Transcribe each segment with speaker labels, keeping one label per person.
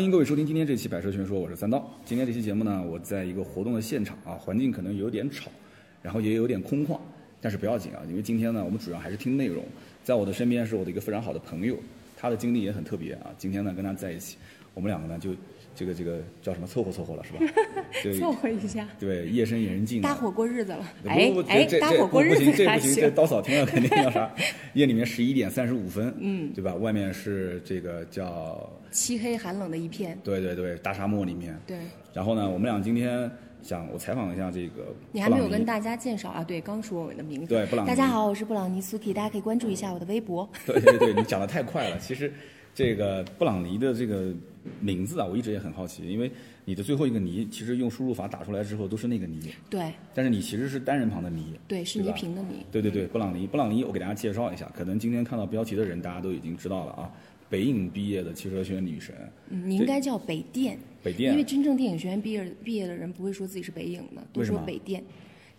Speaker 1: 欢迎各位收听今天这期《百车全说》，我是三刀。今天这期节目呢，我在一个活动的现场啊，环境可能有点吵，然后也有点空旷，但是不要紧啊，因为今天呢，我们主要还是听内容。在我的身边是我的一个非常好的朋友，他的经历也很特别啊。今天呢，跟他在一起，我们两个呢就这个这个叫什么凑合凑合了是 吧？对
Speaker 2: 凑合一下，
Speaker 1: 对，夜深人静啊，
Speaker 2: 搭伙过日子了。
Speaker 1: 不
Speaker 2: 哎
Speaker 1: 不不，这
Speaker 2: 哎
Speaker 1: 这，
Speaker 2: 搭
Speaker 1: 这
Speaker 2: 伙过日
Speaker 1: 不行，
Speaker 2: 子
Speaker 1: 这
Speaker 2: 还
Speaker 1: 不行，这
Speaker 2: 行。
Speaker 1: 刀嫂听了肯定要 啥？夜里面十一点三十五分，嗯，对吧？外面是这个叫
Speaker 2: 漆黑寒冷的一片，
Speaker 1: 对对对大沙漠里面，
Speaker 2: 对
Speaker 1: 然后呢，我们俩今天想我采访一下这个
Speaker 2: 你还没有
Speaker 1: 布朗
Speaker 2: 跟
Speaker 1: 尼
Speaker 2: 大家介绍啊？对，刚说我的名字。
Speaker 1: 对布朗尼
Speaker 2: 大家好，我是布朗尼苏 k 大家可以关注一下我的微博。
Speaker 1: 对对对，你讲的太快了。其实这个布朗尼的这个名字啊，我一直也很好奇，因为你的最后一个尼其实用输入法打出来之后都是那个尼，
Speaker 2: 对
Speaker 1: 但是你其实是单人旁的尼。
Speaker 2: 对，是
Speaker 1: 对
Speaker 2: 倪
Speaker 1: 吧
Speaker 2: 萍的倪。
Speaker 1: 对对对，布朗尼，布朗尼，我给大家介绍一下，可能今天看到标题的人大家都已经知道了啊，北影毕业的汽车学院女神，
Speaker 2: 嗯你应该叫北电，
Speaker 1: 北
Speaker 2: 因为
Speaker 1: 电。
Speaker 2: 真正电影学院毕业毕业的人不会说自己是北影的，都
Speaker 1: 为什
Speaker 2: 说
Speaker 1: 么
Speaker 2: 北电，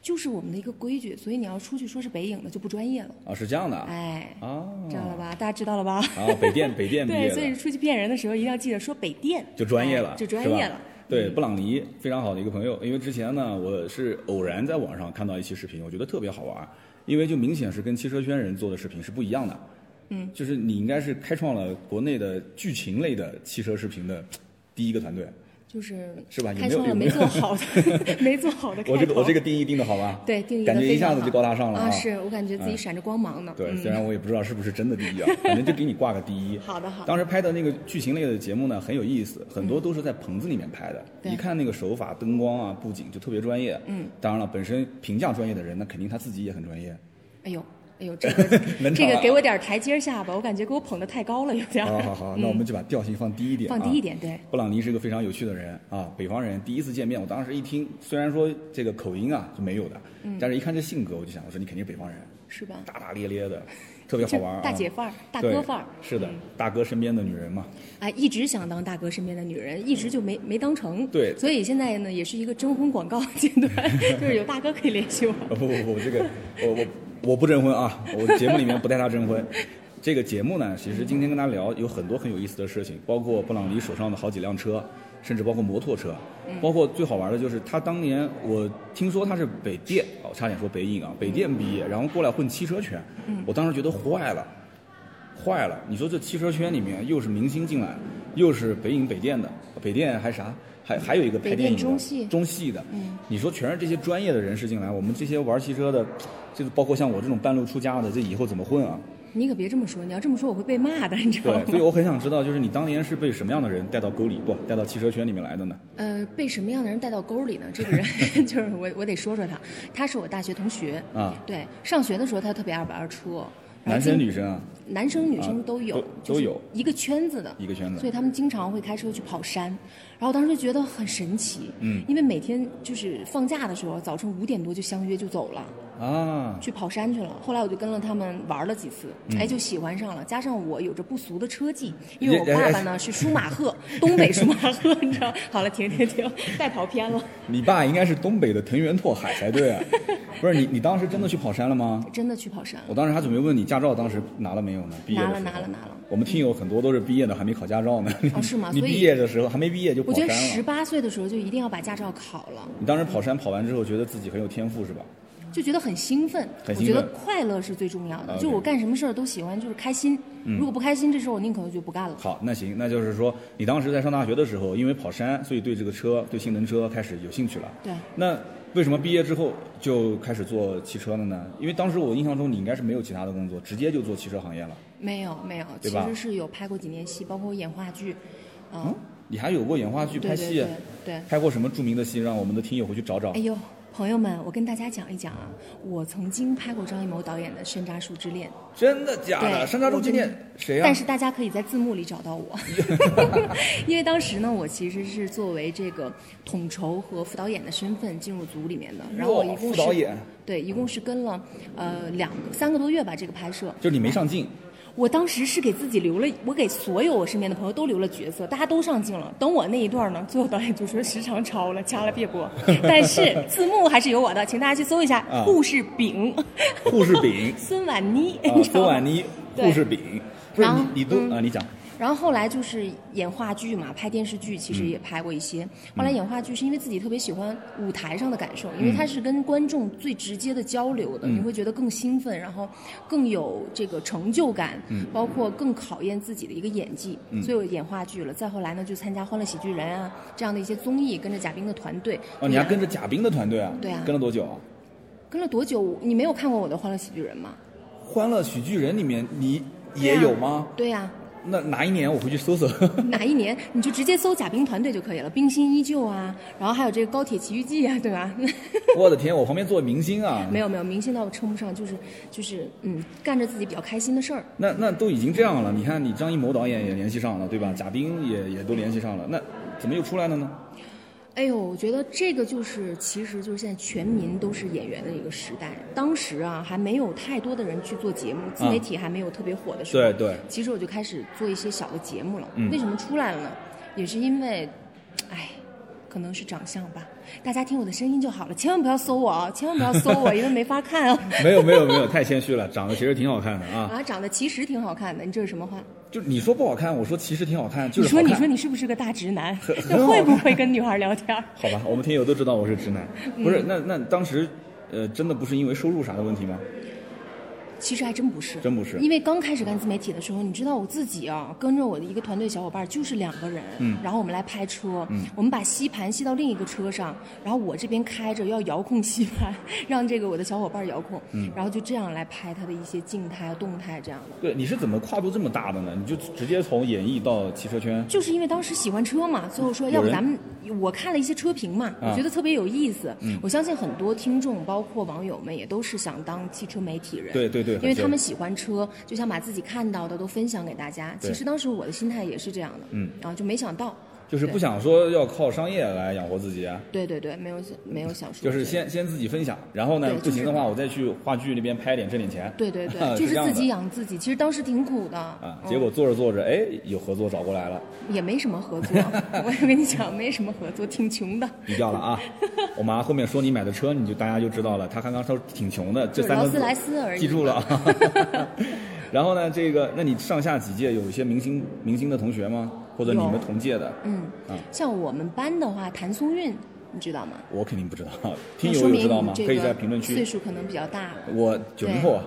Speaker 2: 就是我们的一个规矩。所以你要出去说是北影的，就不专业了。
Speaker 1: 啊，是这样的啊，
Speaker 2: 哎，
Speaker 1: 啊，
Speaker 2: 知道了吧？大家知道了吧？
Speaker 1: 然后北电北电毕业 的
Speaker 2: 对，所，以出去骗人的时候一定要记得说北电，
Speaker 1: 就专业
Speaker 2: 哎
Speaker 1: 了，
Speaker 2: 就是
Speaker 1: 吧
Speaker 2: 专业了。
Speaker 1: 对，布朗尼非常好的一个朋友，因为之前呢，我是偶然在网上看到一期视频，我觉得特别好玩儿，因为就明显是跟汽车圈人做的视频是不一样的。嗯，就是你应该是开创了国内的剧情类的汽车视频的第一个团队，
Speaker 2: 就是
Speaker 1: 是吧有
Speaker 2: 开
Speaker 1: 没有
Speaker 2: 创了
Speaker 1: 有没
Speaker 2: 没
Speaker 1: 有
Speaker 2: 做好 的，没做好的开头。
Speaker 1: 我这个我这个定义定的好吧？
Speaker 2: 对定义得
Speaker 1: 感觉一
Speaker 2: 非常
Speaker 1: 下子就
Speaker 2: 好
Speaker 1: 高大上了嗯
Speaker 2: 啊！是我感觉自己闪着光芒呢。
Speaker 1: 对，
Speaker 2: 嗯
Speaker 1: 虽然我也不知道是不是真的第一啊，反正就给你挂个第一。
Speaker 2: 好的好的
Speaker 1: 当时拍的那个剧情类的节目呢，很有意思，很多都是在棚子里面拍的。
Speaker 2: 对
Speaker 1: 一看那个手法、灯光啊、布景就特别专业。嗯，当然了，本身评价专业的人呢，肯定他自己也很专业。
Speaker 2: 哎呦 哎呦，这个
Speaker 1: 能
Speaker 2: 这
Speaker 1: 唱
Speaker 2: 个
Speaker 1: 啊
Speaker 2: 给我点台阶下吧，我感觉给我捧得太高了，有点
Speaker 1: 好
Speaker 2: 儿嗯
Speaker 1: 好 好，那我们就把调性放低一点、啊，
Speaker 2: 放低一。点。对，
Speaker 1: 布朗尼是个非常有趣的人啊，北方人。第一次见面，我当时一听，虽然说这个口音啊是没有的，但是一看这性格，我就想，我说你肯定是北方人，
Speaker 2: 是吧？
Speaker 1: 大大咧咧的，特别好玩、啊。
Speaker 2: 大姐范儿，大
Speaker 1: 对
Speaker 2: 哥范儿。
Speaker 1: 是的，大哥身边的女人嘛。
Speaker 2: 哎，一直想当大哥身边的女人，一直就没没当成。
Speaker 1: 对
Speaker 2: 所以现在呢，也是一个征婚广告阶段， 就是有大哥可以联系我。
Speaker 1: 哦不不不，这个我我我不征婚啊，我节目里面不带他征婚。这个节目呢，其实今天跟他聊有很多很有意思的事情，包括布朗尼手上的好几辆车，甚至包括摩托车，包括最好玩的就是他当年我听说他是北电哦，差点说北影啊，北电毕业，然后过来混汽车圈，我当时觉得坏了，坏了！你说这汽车圈里面又是明星进来，又是北影、北电的，北电还啥，还还有一个拍
Speaker 2: 北
Speaker 1: 电
Speaker 2: 电
Speaker 1: 影的
Speaker 2: 中戏嗯
Speaker 1: 中戏的。你说全是这些专业的人士进来，我们这些玩汽车的，就是包括像我这种半路出家的，这以后怎么混啊？
Speaker 2: 你可别这么说，你要这么说我会被骂的，你知道
Speaker 1: 对
Speaker 2: 吗，？
Speaker 1: 所以我很想知道，就是你当年是被什么样的人带到沟里，不带到汽车圈里面来的呢？
Speaker 2: 呃，被什么样的人带到沟里呢？这个人就是我，我得说说他，他是我大学同学。
Speaker 1: 啊，
Speaker 2: 对，上学的时候他特别爱玩车，然后
Speaker 1: 男生
Speaker 2: 经
Speaker 1: 女生啊，
Speaker 2: 哦男生女
Speaker 1: 啊
Speaker 2: 生都有，
Speaker 1: 都
Speaker 2: 就
Speaker 1: 都
Speaker 2: 是
Speaker 1: 有
Speaker 2: 一个圈子的，
Speaker 1: 一个圈
Speaker 2: 所
Speaker 1: 子。
Speaker 2: 以他们经常会开车去跑山，然后当时就觉得很神奇，
Speaker 1: 嗯，
Speaker 2: 因为每天就是放假的时候，早晨五点多就相约就走了，
Speaker 1: 啊，
Speaker 2: 去跑山去了。后来我就跟了他们玩了几次，
Speaker 1: 嗯
Speaker 2: 哎，就喜欢上了。加上我有着不俗的车技，因为我
Speaker 1: 哎哎
Speaker 2: 爸爸呢是舒马赫， 东北舒马赫，你知道？好了，停停停，再跑偏了。
Speaker 1: 你爸应该是东北的藤原拓海才对 啊。不是你，你当时真的去跑山了吗？
Speaker 2: 真的去跑山
Speaker 1: 我
Speaker 2: 了，
Speaker 1: 当时还准备问你驾照当时拿了没有呢？毕业的时
Speaker 2: 拿了
Speaker 1: 候
Speaker 2: 拿了。拿了。
Speaker 1: 我们听友很多都是毕业的还没考驾照呢。
Speaker 2: 哦 是吗
Speaker 1: 你
Speaker 2: 所以
Speaker 1: 毕业的时候还没毕业就跑
Speaker 2: 我觉
Speaker 1: 山
Speaker 2: 得十
Speaker 1: 了。
Speaker 2: 八岁的时候就一定要把驾照考了，
Speaker 1: 你当时跑山跑完之后，觉得自己很有天赋是吧？
Speaker 2: 就觉得很兴奋。
Speaker 1: 很
Speaker 2: 我
Speaker 1: 兴奋
Speaker 2: 觉得快乐是最重要的，
Speaker 1: OK 嗯
Speaker 2: 就我干什么事儿都喜欢，就是开心。如果不开心，这事儿我宁可就不干了。
Speaker 1: 好，那行，那就是说你当时在上大学的时候，因为跑山，所以对这个车、对性能车开始有兴趣了。
Speaker 2: 对，
Speaker 1: 那为什么毕业之后就开始做汽车了呢？因为当时我印象中你应该是没有其他的工作，直接就做汽车行业了。
Speaker 2: 没有没有，其
Speaker 1: 对吧
Speaker 2: 实是有拍过几年戏，包括我演话剧，啊、
Speaker 1: 嗯，你还有过演话剧、嗯
Speaker 2: 对
Speaker 1: 拍
Speaker 2: 对
Speaker 1: 戏，
Speaker 2: 对对。
Speaker 1: 拍过什么著名的戏，让我们的听友回去找找
Speaker 2: 哎。呦，朋友们，我跟大家讲一讲啊，我曾经拍过张艺谋导演的《山楂树之恋》，
Speaker 1: 真的假的？
Speaker 2: 对
Speaker 1: 山楂树纪念谁啊呀、
Speaker 2: 但是大家可以在字幕里找到 我，因为当时呢，我其实是作为这个统筹和副导演的身份进入组里面的，然后我
Speaker 1: 哇
Speaker 2: 一共
Speaker 1: 副
Speaker 2: 是
Speaker 1: 导演，
Speaker 2: 对，一共是跟了呃两个三个多月吧，这个拍摄。
Speaker 1: 就是你没上镜。
Speaker 2: 我当时是给自己留了，我给所有我身边的朋友都留了角色，大家都上镜了。等我那一段呢，最后导演就说时长超了，掐了 别播。但是字幕还是有我的，请大家去搜一下
Speaker 1: 啊
Speaker 2: 《护士饼》，
Speaker 1: 护士饼
Speaker 2: 孙婉妮，
Speaker 1: 啊
Speaker 2: 你，知
Speaker 1: 郭
Speaker 2: 道
Speaker 1: 婉
Speaker 2: 吗？
Speaker 1: 妮
Speaker 2: 对
Speaker 1: 护士饼，不是
Speaker 2: 然后嗯
Speaker 1: 你你都啊，你讲
Speaker 2: 然后后来就是演话剧嘛，拍电视剧其实也
Speaker 1: 嗯
Speaker 2: 拍过一些。后来演话剧是因为自己特别喜欢舞台上的感受，因为它是跟观众最直接的交流
Speaker 1: 嗯
Speaker 2: 的，你会觉得更兴奋，然后更有这个成就感，
Speaker 1: 嗯
Speaker 2: 包括更考验自己的一个演技。所以我演话剧了。再后来呢，就参加《欢乐喜剧人啊》这样的一些综艺，跟着贾冰的团队。
Speaker 1: 哦，你还跟着贾冰的团队啊？
Speaker 2: 对啊
Speaker 1: 跟了多久啊？
Speaker 2: 跟了多久？你没有看过我的《欢乐喜剧人》吗？
Speaker 1: 《欢乐喜剧人》里面你也有吗？
Speaker 2: 对啊呀、
Speaker 1: 那哪一年我回去搜 搜？
Speaker 2: 哪一年你就直接搜贾冰团队就可以了，冰心依旧啊，然后还有这个高铁奇遇记啊，对吧？
Speaker 1: 我的天，我旁边坐明星啊！
Speaker 2: 没有没有，明星倒称不上，就是就是嗯，干着自己比较开心的事儿。
Speaker 1: 那那都已经这样了，你看你张艺谋导演也联系上了，对吧？贾冰也也都联系上了，那怎么又出来了呢？
Speaker 2: 哎呦，我觉得这个就是，其实就是现在全民都是演员的一个时代。当时啊，还没有太多的人去做节目，自媒体还没有特别火的时
Speaker 1: 嗯
Speaker 2: 候，
Speaker 1: 对对
Speaker 2: 其实我就开始做一些小的节目了。
Speaker 1: 嗯
Speaker 2: 为什么出来了呢？也是因为，哎，可能是长相吧。大家听我的声音就好了，千万不要搜我啊，千万不要搜我，因为没法看啊。
Speaker 1: 没有没有没有，太谦虚了，长得其实挺好看的 啊。
Speaker 2: 啊，长得其实挺好看的，你这是什么话？
Speaker 1: 就你说不好看，我说其实挺好看，就
Speaker 2: 你
Speaker 1: 是
Speaker 2: 说
Speaker 1: 好看。
Speaker 2: 你说你是不是个大直男？
Speaker 1: 很
Speaker 2: 那
Speaker 1: 好
Speaker 2: 会不会跟女孩聊天儿？
Speaker 1: 好吧，我们听友都知道我是直男，
Speaker 2: 嗯
Speaker 1: 不是？那那当时，呃，真的不是因为收入啥的问题吗？
Speaker 2: 其实还真不是，
Speaker 1: 真不是
Speaker 2: 因为刚开始干自媒体的时候，你知道我自己啊，跟着我的一个团队小伙伴就是两个人，
Speaker 1: 嗯
Speaker 2: 然后我们来拍车，我们把吸盘吸到另一个车上，然后我这边开着要遥控吸盘， 让这个我的小伙伴遥控，
Speaker 1: 嗯
Speaker 2: 然后就这样来拍他的一些静态、动态这样的。
Speaker 1: 对，你是怎么跨度这么大的呢？你就直接从演艺到汽车圈？
Speaker 2: 就是因为当时喜欢车嘛，所以我说
Speaker 1: 有
Speaker 2: 要不
Speaker 1: 人
Speaker 2: 咱们我看了一些车评嘛，
Speaker 1: 啊嗯
Speaker 2: 我觉得特别有意思。我相信很多听众包括网友们也都是想当汽车媒体人，
Speaker 1: 对对对，
Speaker 2: 因为
Speaker 1: 很
Speaker 2: 他们喜欢车，就想把自己看到的都分享给大家。
Speaker 1: 对
Speaker 2: 其实当时我的心态也是这样的，
Speaker 1: 嗯，
Speaker 2: 然后就没想到，
Speaker 1: 就是不想说要靠商业来养活自己啊，
Speaker 2: 对对对，没有没有想说，
Speaker 1: 就是先先自己分享，然后呢
Speaker 2: 对
Speaker 1: 不行
Speaker 2: 就
Speaker 1: 的
Speaker 2: 是
Speaker 1: 话，我再去话剧那边拍点挣点钱。，
Speaker 2: 对对对 就是
Speaker 1: 这样
Speaker 2: 自
Speaker 1: 的
Speaker 2: 己养自己。其实当时挺苦的
Speaker 1: 啊，
Speaker 2: 嗯
Speaker 1: 结果做着做着，哎，有合作找过来了，
Speaker 2: 也没什么 合作。我也跟你讲，没什么合作，挺穷的。
Speaker 1: 低调了 啊。我妈后面说你买的车，你就大家就知道了。她刚刚说挺穷的，这
Speaker 2: 就是
Speaker 1: 三个
Speaker 2: 劳
Speaker 1: 字
Speaker 2: 斯莱斯而已
Speaker 1: 记住了啊。 然后呢，这个，那你上下几届有一些明星明星的同学吗？或者你
Speaker 2: 有
Speaker 1: 们同届的？
Speaker 2: 嗯
Speaker 1: 啊，
Speaker 2: 像我们班的话，谭松韵，你知道吗？
Speaker 1: 我肯定不知道，听友
Speaker 2: 那说
Speaker 1: 有
Speaker 2: 明
Speaker 1: 知道
Speaker 2: 你
Speaker 1: 吗？
Speaker 2: 这
Speaker 1: 可以
Speaker 2: 个
Speaker 1: 在评论
Speaker 2: 岁
Speaker 1: 区。
Speaker 2: 数可能比 较大了。
Speaker 1: 我九零后啊，，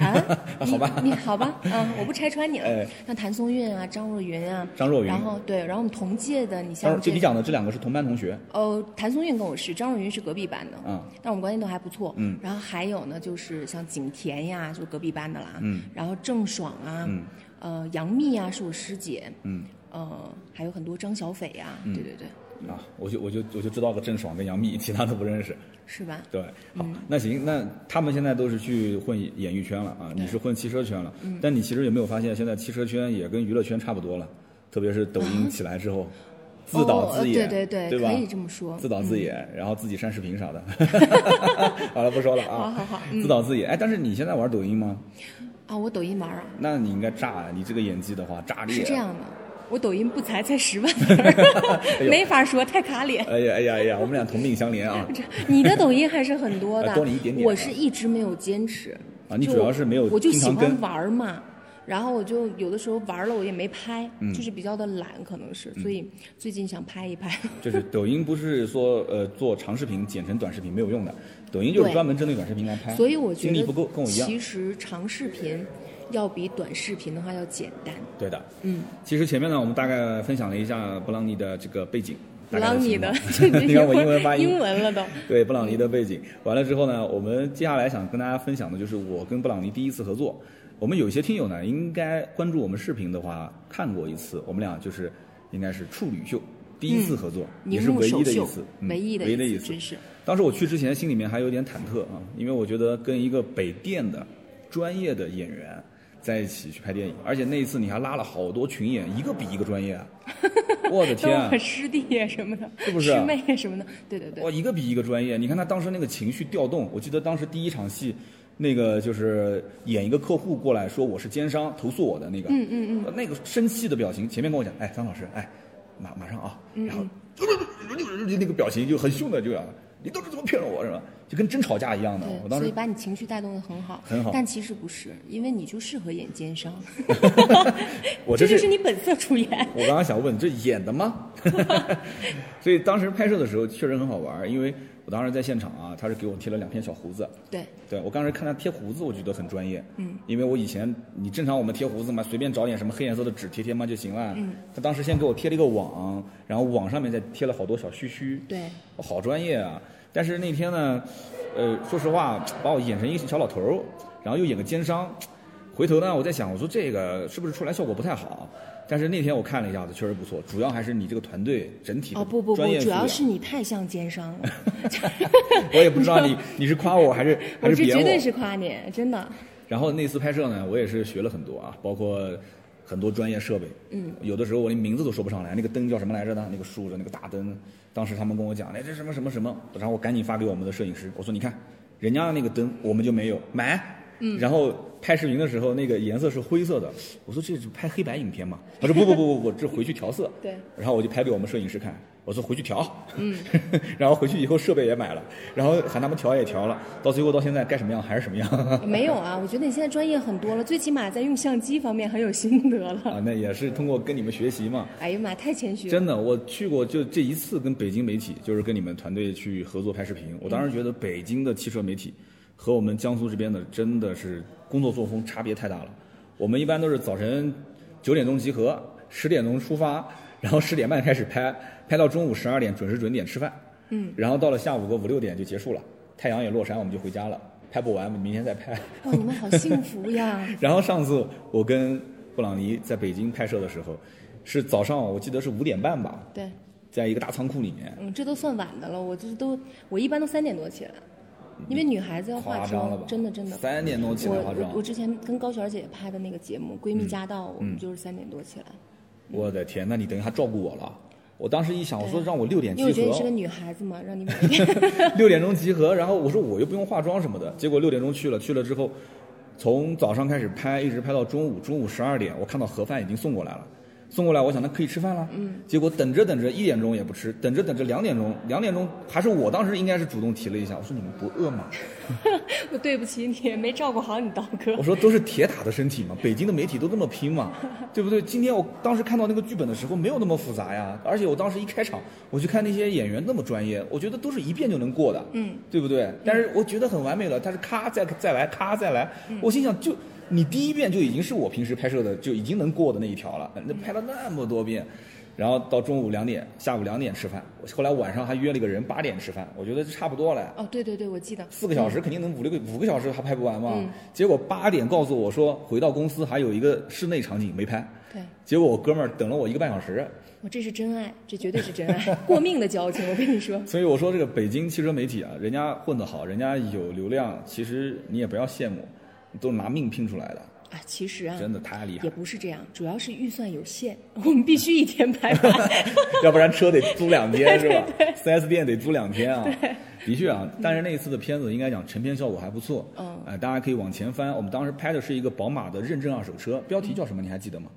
Speaker 2: 啊你
Speaker 1: 好吧
Speaker 2: 你好吧，嗯，我不拆穿你了。
Speaker 1: 哎
Speaker 2: 像谭松韵啊，张若昀啊，
Speaker 1: 张若昀
Speaker 2: 然后对，然后我们同届的，你
Speaker 1: 当
Speaker 2: 像
Speaker 1: 时就
Speaker 2: 这
Speaker 1: 你讲的这两个是同班同学，
Speaker 2: 呃，谭松韵跟我是，张若昀是隔壁班的，
Speaker 1: 嗯，
Speaker 2: 但我们关系都还不错，
Speaker 1: 嗯
Speaker 2: 然后还有呢，就是像景甜呀，就是隔壁班的啦，
Speaker 1: 嗯，
Speaker 2: 然后郑爽啊，
Speaker 1: 嗯，
Speaker 2: 呃，杨幂啊是我师姐，
Speaker 1: 嗯
Speaker 2: 呃，还有很多张小斐呀，对对对，
Speaker 1: 啊，我就我就我就知道个郑爽跟杨幂，其他的不认识。
Speaker 2: 是吧？
Speaker 1: 对，好，
Speaker 2: 嗯
Speaker 1: 那行，那他们现在都是去混演艺圈了啊，你是混汽车圈了，
Speaker 2: 嗯
Speaker 1: 但你其实有没有发现，现在汽车圈也跟娱乐圈差不多了，特别是抖音起来之后，自导
Speaker 2: 啊哦
Speaker 1: 自演，
Speaker 2: 对
Speaker 1: 对
Speaker 2: 对对
Speaker 1: 吧？
Speaker 2: 可以这么嗯说
Speaker 1: 自导自演，然后自己删视频 啥的。好了，不说了啊，
Speaker 2: 好好嗯好
Speaker 1: 自导自演。哎，但是你现在玩抖音吗？
Speaker 2: 啊，我抖音玩啊，
Speaker 1: 那你应该炸啊！你这个演技的话，炸裂。啊
Speaker 2: 是这样的，我抖音不才才 十万粉儿
Speaker 1: 哎呦
Speaker 2: 没法说，太卡脸。
Speaker 1: 哎呀哎呀哎呀，我们俩同命相连啊！
Speaker 2: 这 你的抖音还是很多的，
Speaker 1: 呃多你一点点啊
Speaker 2: 我是一直没有坚持
Speaker 1: 啊你
Speaker 2: 就
Speaker 1: 主要是没有
Speaker 2: 我就
Speaker 1: 经
Speaker 2: 喜
Speaker 1: 常
Speaker 2: 欢
Speaker 1: 跟
Speaker 2: 玩儿嘛。然后我就有的时候玩儿了，我也没拍，
Speaker 1: 嗯
Speaker 2: 就是比较的懒，可能是，所以最近想拍一拍。
Speaker 1: 就是抖音不是说呃做长视频剪成短视频没有用的，抖音就是
Speaker 2: 对
Speaker 1: 专门针对短视频来拍。
Speaker 2: 所以我觉
Speaker 1: 精力不够，
Speaker 2: 得
Speaker 1: 跟我一样
Speaker 2: 其。实长视频要比短视频的话要简单。
Speaker 1: 对的，
Speaker 2: 嗯，
Speaker 1: 其实前面呢，我们大概分享了一下布朗尼的这个背景，
Speaker 2: 布
Speaker 1: 大概
Speaker 2: 朗尼
Speaker 1: 情
Speaker 2: 的
Speaker 1: 况，
Speaker 2: 这 这
Speaker 1: 你看我英文发音，
Speaker 2: 英文了都。
Speaker 1: 对布朗尼的背景。完了之后呢，我们接下来想跟大家分享的就是我跟布朗尼第一次合作。我们有一些听友呢，应该关注我们视频的话看过一次，我们俩就是应该是处女秀，第一次合作，也
Speaker 2: 荧
Speaker 1: 是
Speaker 2: 幕
Speaker 1: 唯一
Speaker 2: 嗯首
Speaker 1: 的一
Speaker 2: 秀
Speaker 1: 次，，嗯
Speaker 2: 唯一的
Speaker 1: 唯一的
Speaker 2: 一
Speaker 1: 一
Speaker 2: 次，
Speaker 1: 次
Speaker 2: 真。是。
Speaker 1: 当时我去之前，心里面还有点忐忑啊，因为我觉得跟一个北电的专业的演员在一起去拍电影，而且那一次你还拉了好多群演，一个比一个专业 啊！我的
Speaker 2: 都
Speaker 1: 天啊
Speaker 2: 我，师弟呀什么的，
Speaker 1: 是不是啊
Speaker 2: 师妹啊呀什么的，对对对
Speaker 1: 哇，。一个比一个专业。你看他当时那个情绪调动，我记得当时第一场戏，那个就是演一个客户过来说我是奸商，投诉我的那个，嗯嗯嗯，那个生气的表情，前面跟我讲，哎，张老师，哎，马
Speaker 2: 嗯
Speaker 1: 啊马上啊，然后那个表情就很凶的就要，你当时怎么骗了我是吧？就跟真吵架一样的。我
Speaker 2: 对，
Speaker 1: 当
Speaker 2: 所以
Speaker 1: 时
Speaker 2: 把你情绪带动的很好，
Speaker 1: 很好
Speaker 2: 但其实不是，因为你就适合演奸商，
Speaker 1: 我
Speaker 2: 这
Speaker 1: 这
Speaker 2: 就是你本色出 演。
Speaker 1: 我刚刚想问，这演的 吗？所以当时拍摄的时候确实很好玩儿，因为我当时在现场啊，他是给我贴了两片小胡子。
Speaker 2: 对，
Speaker 1: 对我当时看他贴胡子，我觉得很专业。嗯，因为我以前你正常我们贴胡子嘛，随便找点什么黑颜色的纸贴贴嘛就行了。嗯，他当时先给我贴了一个网，然后网上面再贴了好多小须须。
Speaker 2: 对，
Speaker 1: 哦好专业啊！但是那天呢，呃，说实话，把我演成一个小老头儿，然后又演个奸商。回头呢，我在想，我说这个是不是出来效果不太好？但是那天我看了一下子，确实不错。主要还是你这个团队整体
Speaker 2: 哦
Speaker 1: 的
Speaker 2: 不不
Speaker 1: 专
Speaker 2: 不
Speaker 1: 业，素
Speaker 2: 主
Speaker 1: 养。
Speaker 2: 要是你太像奸商了，
Speaker 1: 我也不知道你你是夸我还是 还
Speaker 2: 我
Speaker 1: 是
Speaker 2: 这
Speaker 1: 贬
Speaker 2: 绝
Speaker 1: 我。
Speaker 2: 对是夸你，真的。
Speaker 1: 然后那次拍摄呢，我也是学了很多啊，包括很多专业设备。嗯，有的时候我连名字都说不上来，那个灯叫什么来着呢？那个竖着那个大灯，当时他们跟我讲，哎，这什么什么什么，然后我赶紧发给我们的摄影师，我说你看，人家那个灯我们就没有，买。嗯，然后拍视频的时候，那个颜色是灰色的，我说这是拍黑白影片嘛？他说不不不不，我这回去调色。
Speaker 2: 对
Speaker 1: 然后我就拍给我们摄影师看，我说回去调，嗯， 然后回去以后设备也买了，然后喊他们调也调了，到最后到现在该什么样还是什么样。
Speaker 2: 没有啊，我觉得你现在专业很多了，最起码在用相机方面很有心得了。
Speaker 1: 啊，那也是通过跟你们学习嘛。
Speaker 2: 哎呀妈，太谦虚了。
Speaker 1: 真的，我去过就这一次跟北京媒体，就是跟你们团队去合作拍视频。我当时觉得北京的汽车媒体和我们江苏这边的真的是工作作风差别太大了。我们一般都是早晨九点钟集合，十点钟出发，然后十点半开始拍，拍到中午十二点准时准点吃饭。嗯，然后到了下午个五六点就结束了，太阳也落山，我们就回家了。拍不完，明天再拍。
Speaker 2: 哇，你们好幸福 呀！
Speaker 1: 然后上次我跟布朗尼在北京拍摄的时候，是早上我记得是五点半吧，
Speaker 2: 对，
Speaker 1: 在一个大仓库里面，
Speaker 2: 嗯，这都算晚的了，我这都我一般都三点多起来，因为女孩子要化
Speaker 1: 夸张了吧
Speaker 2: 妆，？真的真的。
Speaker 1: 三点钟起
Speaker 2: 我
Speaker 1: 来化妆嗯
Speaker 2: 我我，之前跟高璇姐拍的那个节目《闺蜜驾到》，我们就是三点多起来，
Speaker 1: 我的天，那你等于还照顾我了。我当时一想，我说让我六点集
Speaker 2: 因为我觉得你是个
Speaker 1: 合，
Speaker 2: 女孩子嘛，让你每天
Speaker 1: 六点钟集合，然后我说我又不用化妆什么的，结果六点钟去了，去了之后，从早上开始拍，一直拍到中午，中午十二点，我看到盒饭已经送过来了。送过来，我想那可以吃饭了。嗯，结果等着等着一点钟也不吃，等着等着两点钟，两点钟还是我当时应该是主动提了一下，我说你们不饿吗？
Speaker 2: 我对不起你，没照顾好你刀 哥
Speaker 1: 我。说都是铁打的身体嘛，北京的媒体都这么拼嘛， 对不对？今天我当时看到那个剧本的时候，没有那么复杂呀，而且我当时一开场，我去看那些演员那么专业，我觉得都是一遍就能过的，嗯，对不对？但是我觉得很完美了，他是咔再再来，咔再来，我心想就你第一遍就已经是我平时拍摄的就已经能过的那一条了，那拍了那么多遍。然后到中午两点，下午两点吃饭。我后来晚上还约了一个人八点吃饭，我觉得这差不多了。
Speaker 2: 哦，对对对，我记得。
Speaker 1: 四个小时肯定能五六个五个小时还拍不完嘛。结果八点告诉我说回到公司还有一个室内场景没拍，
Speaker 2: 对，
Speaker 1: 结果我哥们儿等了我一个半小时。
Speaker 2: 我这是真爱，这绝对是真爱，过命的交情，我跟你说。
Speaker 1: 所以我说这个北京汽车媒体啊，人家混得好，人家有流量，其实你也不要羡慕，都是拿命拼出来的，
Speaker 2: 啊，其实啊，
Speaker 1: 真的太厉害
Speaker 2: 也。不是这样，主要是预算有限，我们必须一天拍 完。
Speaker 1: 要不然车得租两天是吧？4S 店得租两天啊。的确啊，但是那一次的片子应该讲成片效果还不错。
Speaker 2: 嗯
Speaker 1: 哎、大家可以往前翻。我们当时拍的是一个宝马的认证二手车，标题叫什么？你还记得吗？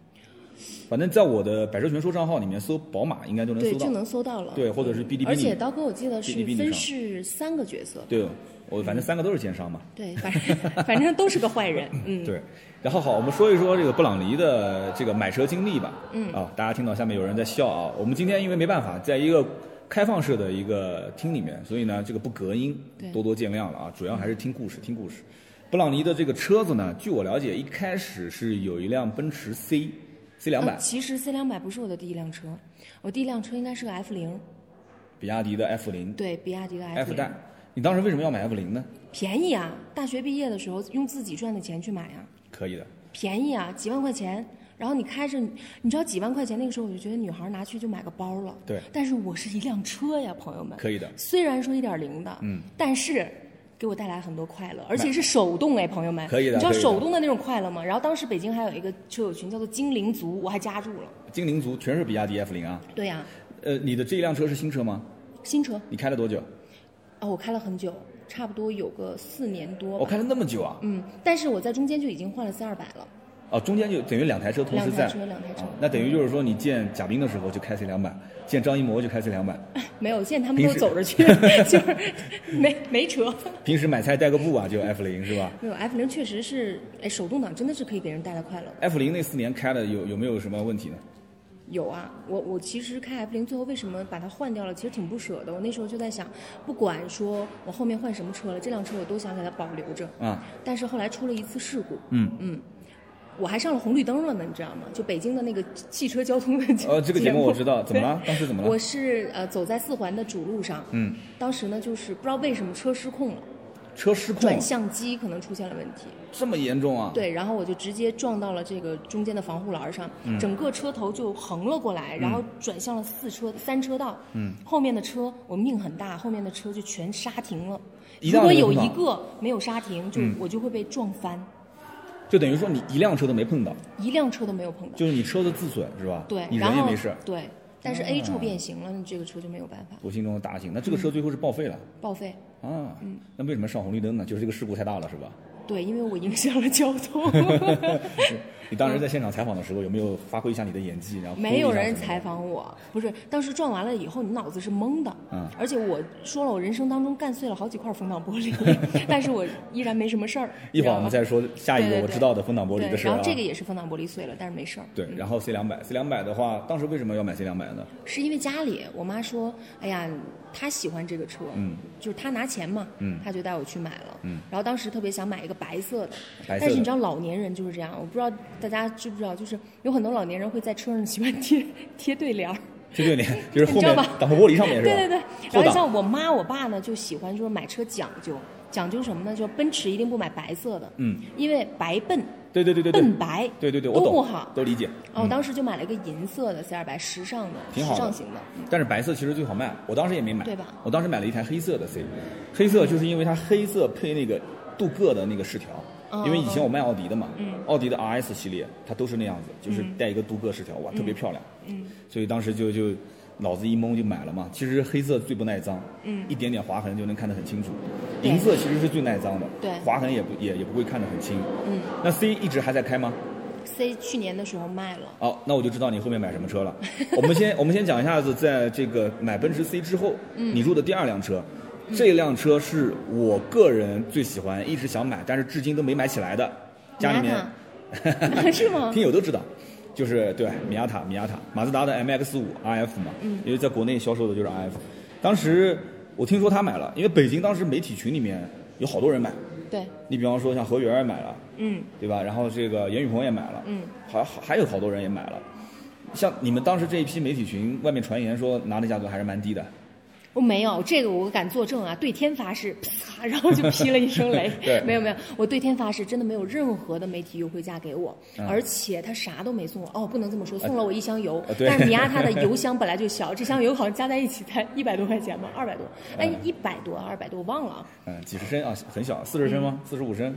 Speaker 1: 反正在我的百车全说账号里面搜宝马，应该就能
Speaker 2: 对，
Speaker 1: 搜
Speaker 2: 就
Speaker 1: 到。
Speaker 2: 能搜到了。
Speaker 1: 对或者是哔哩哔哩
Speaker 2: 而且刀哥，我记得
Speaker 1: 哔哩
Speaker 2: 是
Speaker 1: 哔哩
Speaker 2: 分
Speaker 1: 上
Speaker 2: 饰三个角色。
Speaker 1: 对，我反正三个都是奸商嘛。
Speaker 2: 对，反正 反正都是个坏人。嗯，
Speaker 1: 对，然后好，我们说一说这个布朗尼的这个买车经历吧。嗯啊，大家听到下面有人在笑啊。我们今天因为没办法，在一个开放式的一个厅里面，所以呢，这个不隔音
Speaker 2: 对，
Speaker 1: 多多见谅了啊。主要还是听故事，听故事。布朗尼的这个车子呢，据我了解，一开始是有一辆奔驰 C C 两百
Speaker 2: 呃，其实 C 两百不是我的第一辆车，我第一辆车应该是个 F 零，
Speaker 1: 比亚迪的 F 零
Speaker 2: 对，比亚迪的 F
Speaker 1: F
Speaker 2: 零
Speaker 1: 带，。你当时为什么要买 F 零呢？
Speaker 2: 便宜啊！大学毕业的时候用自己赚的钱去买啊，
Speaker 1: 可以的，
Speaker 2: 便宜啊，几万块钱。然后你开着，你知道几万块钱那个时候，我就觉得女孩拿去就买个包了。
Speaker 1: 对
Speaker 2: 但是我是一辆车呀，朋友们。
Speaker 1: 可以的。
Speaker 2: 虽然说一点零的，嗯，但是给我带来很多快乐，而且是手动哎，朋友们，
Speaker 1: 可以的
Speaker 2: 你知道
Speaker 1: 可以的
Speaker 2: 手动的那种快乐吗？然后当时北京还有一个车友群叫做精灵族，我还加入了。
Speaker 1: 精灵族全是比亚迪 F 零啊。
Speaker 2: 对呀、
Speaker 1: 呃，你的这一辆车是新车吗？
Speaker 2: 新车
Speaker 1: 你开了多久？
Speaker 2: 啊，我开了很久，差不多有个四年多
Speaker 1: 我
Speaker 2: 吧。
Speaker 1: 开了那么久啊。
Speaker 2: 嗯，但是我在中间就已经换了 C 二百了。
Speaker 1: 哦，中间就等于两台车同时
Speaker 2: 两
Speaker 1: 在
Speaker 2: 台，车，两台车
Speaker 1: 啊，那等于就是说你见贾冰的时候就开 C 两百，见张艺谋就开 C 两百，
Speaker 2: 没有见他们
Speaker 1: 平
Speaker 2: 都
Speaker 1: 时
Speaker 2: 走着 去，就是 没没车。
Speaker 1: 平时买菜带个步啊，就 F 零是吧
Speaker 2: 没有 F 零确实是，哎，手动挡真的是可以给人带来快乐。
Speaker 1: ？F 零那四年开的有有没有什么问题呢？
Speaker 2: 有啊，我我其实开 F 零最后为什么把它换掉了，其实挺不舍的。我那时候就在想，不管说我后面换什么车了，这辆车我都想给它保留着。
Speaker 1: 啊，
Speaker 2: 但是后来出了一次事故，
Speaker 1: 嗯
Speaker 2: 嗯，我还上了红绿灯了呢，你知道吗？就北京的那个汽车交通的节
Speaker 1: 呃，这个节目我知道，
Speaker 2: 对
Speaker 1: 怎么了？当时怎么
Speaker 2: 我
Speaker 1: 了？
Speaker 2: 是呃走在四环的主路上，
Speaker 1: 嗯，
Speaker 2: 当时呢就是不知道为什么车失控了，
Speaker 1: 车失控
Speaker 2: 转
Speaker 1: 了，
Speaker 2: 向机可能出现了问题，
Speaker 1: 这么严重啊？
Speaker 2: 对，然后我就直接撞到了这个中间的防护栏上，
Speaker 1: 嗯
Speaker 2: 整个车头就横了过来，然后转向了四车三车道。嗯，后面的车我命很大，后面的车就全刹停了。
Speaker 1: 一
Speaker 2: 如
Speaker 1: 辆
Speaker 2: 果
Speaker 1: 都没
Speaker 2: 有
Speaker 1: 碰
Speaker 2: 一
Speaker 1: 到嗯
Speaker 2: 个没有刹停，就、我就会被撞翻，
Speaker 1: 就等于说你一辆车都没碰到，
Speaker 2: 一辆车都没有碰到。
Speaker 1: 就是你车子自损是吧？
Speaker 2: 对，
Speaker 1: 你
Speaker 2: 然
Speaker 1: 人也
Speaker 2: 后
Speaker 1: 没事，嗯
Speaker 2: 对，但是 A 柱变形了，你这个车就没有办法
Speaker 1: 我心中的大幸。那这
Speaker 2: 嗯
Speaker 1: 个车最后是报废了
Speaker 2: 报废。
Speaker 1: 啊？
Speaker 2: 嗯
Speaker 1: 那为什么上红绿灯呢？就是这个事故太大了是吧？
Speaker 2: 对，因为我影响了 交通，
Speaker 1: 你当时在现场采访的时候有没有发挥一下你的演技？然后
Speaker 2: 没有人
Speaker 1: 采
Speaker 2: 采访我。不是，当时撞完了以后，你脑子是懵的。
Speaker 1: 嗯
Speaker 2: 而且我说了，我人生当中干碎了好几块风挡玻 璃，但是我依然没什么事儿。
Speaker 1: 一会儿我们再说下一
Speaker 2: 对
Speaker 1: 个
Speaker 2: 对
Speaker 1: 我
Speaker 2: 对
Speaker 1: 知道的风挡玻璃
Speaker 2: 对
Speaker 1: 的，事儿
Speaker 2: 然
Speaker 1: 啊
Speaker 2: 后。这个也是风挡玻璃碎了，但是没事儿。
Speaker 1: 对，然后 C 两百，C 两百的话，当时为什么要买 C 两百呢？
Speaker 2: 是因为家里我妈说，哎呀，她喜欢这个车，
Speaker 1: 嗯
Speaker 2: 就是她拿钱嘛，
Speaker 1: 嗯
Speaker 2: 她就带我去买了，
Speaker 1: 嗯
Speaker 2: 然后当时特别想买一个白色的，
Speaker 1: 白色的
Speaker 2: 但是你知道老年人就是这样，我不知道大家知不知道，就是有很多老年人会在车上喜欢贴贴对联儿。
Speaker 1: 这对联 就是后
Speaker 2: 嗯你知
Speaker 1: 面
Speaker 2: 道吧
Speaker 1: 挡风玻璃上面是吧？
Speaker 2: 对对对，
Speaker 1: 后
Speaker 2: 然后
Speaker 1: 挡
Speaker 2: 像我妈我爸呢，就喜欢就是买车讲究，讲究什么呢？就奔驰一定不买白色的，
Speaker 1: 嗯，
Speaker 2: 因为白笨
Speaker 1: 对对对对对
Speaker 2: 笨白，
Speaker 1: 对对对，我
Speaker 2: 都
Speaker 1: 懂，
Speaker 2: 不嗯好。
Speaker 1: 都理解。
Speaker 2: 啊，我当时就买了一个银色的 C 二百，时尚的，
Speaker 1: 挺
Speaker 2: 时
Speaker 1: 好的
Speaker 2: 尚型的，
Speaker 1: 但是白色其实最好卖，我当时也没买，
Speaker 2: 对吧
Speaker 1: 我当时买了一台黑色的 C，黑色就是因为它黑色配那个镀铬的那个饰条，
Speaker 2: 嗯
Speaker 1: 因为以前我卖奥迪的嘛，奥迪的 RS 系列它都是那样子，就是带一个镀铬饰条，哇，特别漂亮，
Speaker 2: 嗯
Speaker 1: 所以当时就就脑子一懵就买了嘛。其实黑色最不耐脏，
Speaker 2: 嗯
Speaker 1: 一点点划痕就能看得很清楚，
Speaker 2: 对
Speaker 1: 银色其实是最耐脏的，
Speaker 2: 对
Speaker 1: 划痕也不也也不会看得很清。
Speaker 2: 嗯。
Speaker 1: 那 C 一直还在开吗？
Speaker 2: C 去年的时候卖 了，
Speaker 1: 哦，那我就知道你后面买什么车了。 我们先我们先讲一下子，在这个买奔驰 C 之后，你入的第二辆车，这辆车是我个人最喜欢，一直想买，但是至今都没买起来的。家里面
Speaker 2: 是吗？
Speaker 1: 听友都知道，就是对米亚塔，米亚塔，马自达的 MX 五 RF 嘛，因为在国内销售的就是 RF。当时我听说他买了，因为北京当时媒体群里面有好多人买，
Speaker 2: 对，
Speaker 1: 你比方说像何源也买了，
Speaker 2: 嗯
Speaker 1: 对吧？然后这个严雨鹏也买了，
Speaker 2: 嗯，
Speaker 1: 好好还有好多人也买了。像你们当时这一批媒体群，外面传言说拿的价格还是蛮低的，
Speaker 2: 我哦没有这个，我敢作证啊，对天发誓，啪， 然后就劈了一声雷
Speaker 1: 对。
Speaker 2: 没有没有，我对天发誓，真的没有任何的媒体优惠价给我，
Speaker 1: 嗯
Speaker 2: 而且他啥都没送我。哦，不能这么说，送了我一箱油，
Speaker 1: 啊对
Speaker 2: 但是米亚他的油箱本来就小，这箱油好像加在一起 才一百多块钱吧，二百多，哎，一百多，二百多，我忘了啊，
Speaker 1: 嗯，几十升啊，很小，四十升吗？四十五升，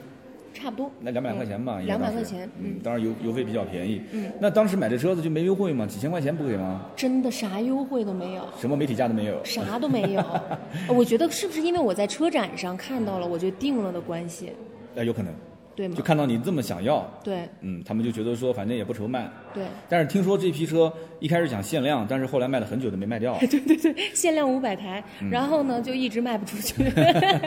Speaker 2: 差不多。
Speaker 1: 那两百块钱吧，
Speaker 2: 嗯
Speaker 1: 应该当时
Speaker 2: 200块钱
Speaker 1: 嗯，当然油油费比较便宜，嗯，那当时买这车子就没优惠吗？几千块钱不给吗？
Speaker 2: 真的啥优惠都没有。
Speaker 1: 什么媒体价都没有，
Speaker 2: 啥 都没有。哦我觉得是不是因为我在车展上看到了，我就定了的关系，
Speaker 1: 那有可能，
Speaker 2: 对吗
Speaker 1: 就？看到你这么想要，
Speaker 2: 对
Speaker 1: 嗯，他们就觉得说反正也不愁卖，
Speaker 2: 对
Speaker 1: 但是听说这批车一开始讲限量，但是后来卖了很久都没卖 掉，
Speaker 2: 对 对对，限量五百台，
Speaker 1: 嗯
Speaker 2: 然后呢就一直卖不出 去。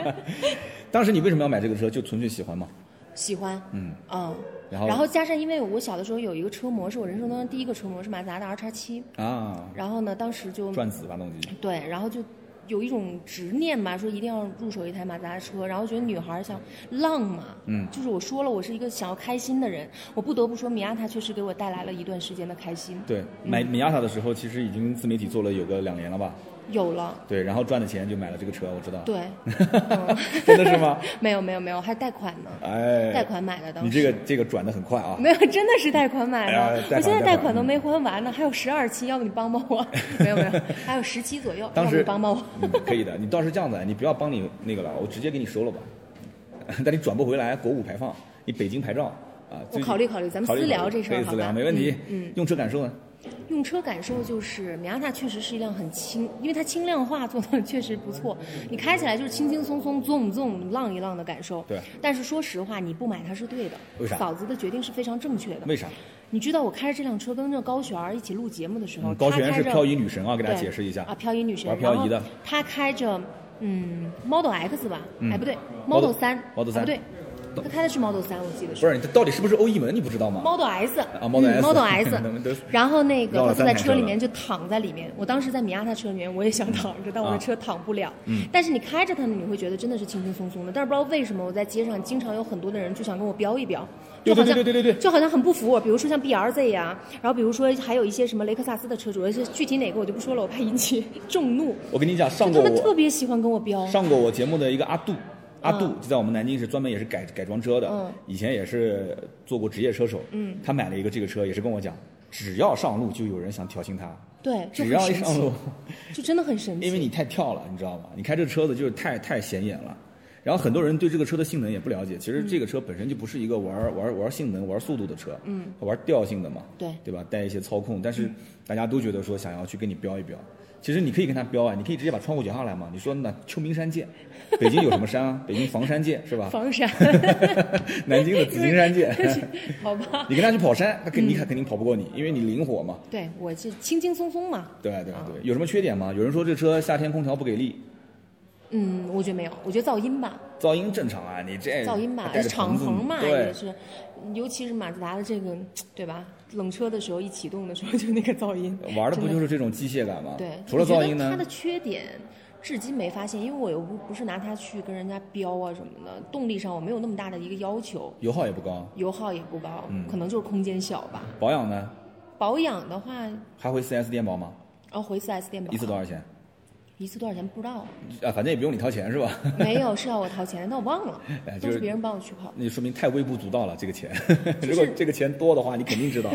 Speaker 1: 当时你为什么要买这个车？就纯粹喜欢吗？
Speaker 2: 喜欢，
Speaker 1: 嗯，
Speaker 2: 嗯。
Speaker 1: 然后
Speaker 2: 加上，因为我小的时候有一个车模，是我人生当中第一个车模，是马自达的 R 叉七。
Speaker 1: 啊，
Speaker 2: 然后呢，当时就
Speaker 1: 转子发动机，
Speaker 2: 对，然后就有一种执念吧，说一定要入手一台马自达的车，然后觉得女孩儿想浪嘛，
Speaker 1: 嗯
Speaker 2: 就是我说了，我是一个想要开心的人，我不得不说，米亚塔确实给我带来了一段时间的开心，
Speaker 1: 对，买米亚塔的时候，其实已经自媒体做了有个两年了吧？
Speaker 2: 有了。
Speaker 1: 对，然后赚的钱就买了这个车，我知道。
Speaker 2: 对，嗯
Speaker 1: 真的是吗？
Speaker 2: 没有没有没有，还贷款呢，
Speaker 1: 哎，
Speaker 2: 贷款买的当时。
Speaker 1: 你这个这个转的很快啊！
Speaker 2: 没有，真的是贷款买的。
Speaker 1: 哎呀贷款
Speaker 2: 我现在
Speaker 1: 贷
Speaker 2: 贷
Speaker 1: 款
Speaker 2: 款都没还完呢，还有十二期，要不你帮帮 我？没有没有，还有十期左右，
Speaker 1: 当
Speaker 2: 要不
Speaker 1: 时
Speaker 2: 你帮帮我？
Speaker 1: 嗯可以的，你倒是这样子，你不要帮你那个了，我直接给你收了吧。 但你转不回来，国五排放，你北京牌照啊。最近
Speaker 2: 考虑考虑咱们
Speaker 1: 考虑
Speaker 2: 私聊
Speaker 1: 考虑
Speaker 2: 这事儿
Speaker 1: 可以
Speaker 2: 好
Speaker 1: 私聊，
Speaker 2: 吧
Speaker 1: 没问题。
Speaker 2: 嗯嗯
Speaker 1: 用车感受呢？
Speaker 2: 用车感受就是米亚塔确实是一辆很轻，因为它轻量化做的确实不错，你开起来就是轻轻松松、纵纵浪一浪的感受。
Speaker 1: 对
Speaker 2: 但是说实话，你不买它是对的。
Speaker 1: 为啥
Speaker 2: 嫂子的决定是非常正确的。
Speaker 1: 为啥？
Speaker 2: 你知道我开着这辆车跟着高璇儿一起录节目的时候，
Speaker 1: 嗯高
Speaker 2: 她
Speaker 1: 璇
Speaker 2: 开
Speaker 1: 是
Speaker 2: 着
Speaker 1: 漂移女神啊，给大家
Speaker 2: 对
Speaker 1: 解释一下
Speaker 2: 啊，漂移女神，
Speaker 1: 玩漂移的，
Speaker 2: 她开着嗯 Model X 吧，哎不对
Speaker 1: 嗯 Model-
Speaker 2: Model 三哎
Speaker 1: Model 3
Speaker 2: 不对，她开的是 Model 三，我记得
Speaker 1: 不是你到底是不是欧意门，你不知道吗？
Speaker 2: Model S
Speaker 1: 啊，Model
Speaker 2: 嗯
Speaker 1: S
Speaker 2: Model
Speaker 1: 咱们
Speaker 2: S，
Speaker 1: 都
Speaker 2: 然后那个
Speaker 1: 绕了
Speaker 2: 他
Speaker 1: 三
Speaker 2: 坐在
Speaker 1: 台
Speaker 2: 车
Speaker 1: 车
Speaker 2: 里
Speaker 1: 了
Speaker 2: 面就躺在里面。我当时在米亚塔车里面，我也想躺着，但我的
Speaker 1: 啊
Speaker 2: 车躺不了。
Speaker 1: 嗯
Speaker 2: 但是你开着它呢，你会觉得真的是轻轻松松的。但是不知道为什么，我在街上经常有很多的人就想跟我飙一飙，
Speaker 1: 对
Speaker 2: 就好
Speaker 1: 对
Speaker 2: 像
Speaker 1: 对对对对对
Speaker 2: 就好像很不服我。比如说像 BRZ 呀、然后比如说还有一些什么雷克萨斯的车主，而且具体哪个我就不说了，我怕引起众怒。
Speaker 1: 我跟你讲，上
Speaker 2: 就他
Speaker 1: 过
Speaker 2: 们特
Speaker 1: 我
Speaker 2: 别喜欢跟我飙。
Speaker 1: 上过我节目的一个阿杜，阿杜就在我们南京是专门也是改改装车的，
Speaker 2: 嗯
Speaker 1: 以前也是做过职业车手，嗯，他买了一个这个车，也是跟我讲，只要上路就有人想挑衅他，
Speaker 2: 对，
Speaker 1: 只
Speaker 2: 就很
Speaker 1: 要一
Speaker 2: 神
Speaker 1: 上
Speaker 2: 奇，
Speaker 1: 路。
Speaker 2: 就真的很神奇。
Speaker 1: 因为你太跳了，你知道吗？你开这车子就是太太显眼了。然后很多人对这个车的性能也不了解，其
Speaker 2: 嗯
Speaker 1: 实这个车本身就不是一个玩儿玩儿玩儿性能、玩儿速度的车，嗯，玩儿调性的嘛，
Speaker 2: 对嗯
Speaker 1: 对吧？带一些操控，但是大家都觉得说想要去跟你飙一飙，其实你可以跟他飙啊，你可以直接把窗户摇下来嘛。你说那秋名山 见，北京有什么山啊？北京房山见是吧？
Speaker 2: 房山，
Speaker 1: 南京的紫金山 见，
Speaker 2: 好吧。
Speaker 1: 你跟他去跑山，他肯
Speaker 2: 嗯
Speaker 1: 定、他肯定跑不过你，因为你灵活嘛。
Speaker 2: 对我是轻轻松松嘛。
Speaker 1: 对啊对对，
Speaker 2: 啊
Speaker 1: 有什么缺点吗？有人说这车夏天空调不给力，
Speaker 2: 嗯，我觉得没有，我觉得噪音吧，
Speaker 1: 噪音正常啊，你这
Speaker 2: 噪音吧，
Speaker 1: 带着
Speaker 2: 敞
Speaker 1: 子
Speaker 2: 篷嘛也
Speaker 1: 对，
Speaker 2: 是，尤其是马自达的这个，对吧？冷车的时候一启动的时候就那个噪音，
Speaker 1: 玩的不
Speaker 2: 真
Speaker 1: 就是这种机械感吗？
Speaker 2: 对？
Speaker 1: 除了噪音
Speaker 2: 我觉得它
Speaker 1: 呢
Speaker 2: 的，缺点至今没发现，因为我又不不是拿它去跟人家飙啊什么的，动力上我没有那么大的一个要求，
Speaker 1: 油耗也不高，
Speaker 2: 油耗也不高，
Speaker 1: 嗯
Speaker 2: 可能就是空间小吧。
Speaker 1: 保养呢
Speaker 2: 保养的话，然、
Speaker 1: 还会 4S 店保吗？
Speaker 2: 后回 4S 店保
Speaker 1: 一次多少钱？
Speaker 2: 一次多少钱不知道，
Speaker 1: 啊，反正也不用你掏钱是吧？
Speaker 2: 没有是要我掏钱，但我忘了，
Speaker 1: 哎就
Speaker 2: 都是
Speaker 1: 是
Speaker 2: 别人帮我去跑。
Speaker 1: 那说明太微不足道了，这个钱。
Speaker 2: 就是
Speaker 1: 如果这个钱多的话，你肯定 知道，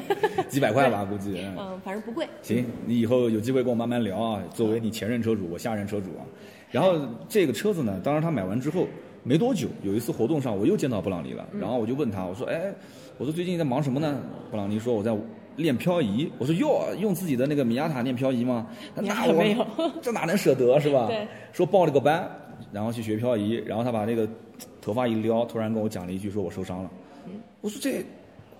Speaker 1: 几百块吧，估计。嗯
Speaker 2: 嗯，反正不贵。
Speaker 1: 行，你以后有机会跟我慢慢聊啊。作为你前任车主，我下任车主啊。然后这个车子呢，当时他买完之后没多久，有一次活动上我又见到布朗尼了，
Speaker 2: 嗯
Speaker 1: 然后我就问他，我说，哎，我说最近在忙什么呢？布朗尼说我在练漂移。我说哟，用自己的那个米亚塔练漂移吗？
Speaker 2: 米亚
Speaker 1: 那我
Speaker 2: 塔没有
Speaker 1: 这哪能舍得是吧？
Speaker 2: 对
Speaker 1: 说报了个班，然后去学漂移，然后他把那个头发一撩，突然跟我讲了一句，说我受伤了。
Speaker 2: 嗯
Speaker 1: 我说这。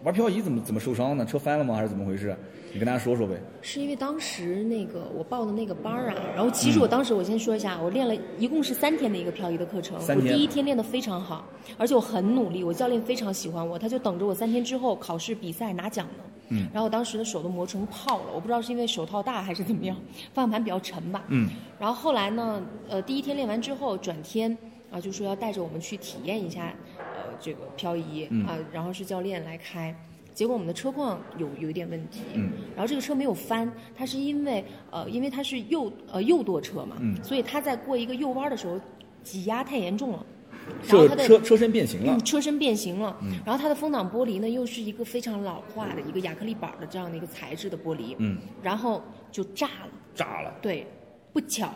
Speaker 1: 玩漂移怎么怎么受伤呢？车翻了吗？还是怎么回事？你跟大家说说呗。
Speaker 2: 是因为当时那个我报的那个班儿啊，然后其实
Speaker 1: 嗯
Speaker 2: 我当时我先说一下，我练了一共是三天的一个漂移的课程，
Speaker 1: 三
Speaker 2: 我
Speaker 1: 天
Speaker 2: 第一天练得非常好，而且我很努力，我教练非常喜欢我，他就等着我三天之后考试比赛拿奖呢。
Speaker 1: 嗯，
Speaker 2: 然后我当时的手都磨成泡了，我不知道是因为手套大还是怎么样， 方向盘比较沉吧。
Speaker 1: 嗯，
Speaker 2: 然后后来呢，呃，第一天练完之后，转天啊，就说要带着我们去体验一下，呃，这个漂移
Speaker 1: 嗯
Speaker 2: 啊、然后是教练来开。结果我们的车况有有一点问题，
Speaker 1: 嗯
Speaker 2: 然后这个车没有翻，它是因为呃，因为它是右呃右舵车嘛，
Speaker 1: 嗯
Speaker 2: 所以它在过一个右弯的时候挤压太严重了，然后
Speaker 1: 车
Speaker 2: 它的
Speaker 1: 车啊嗯车身变形了
Speaker 2: 嗯，，车身变形了，然后它的风挡玻璃呢又是一个非常老化的一个亚克力板的这样的一个材质的玻璃，
Speaker 1: 嗯，
Speaker 2: 然后就炸了。
Speaker 1: 炸了，
Speaker 2: 对，不巧，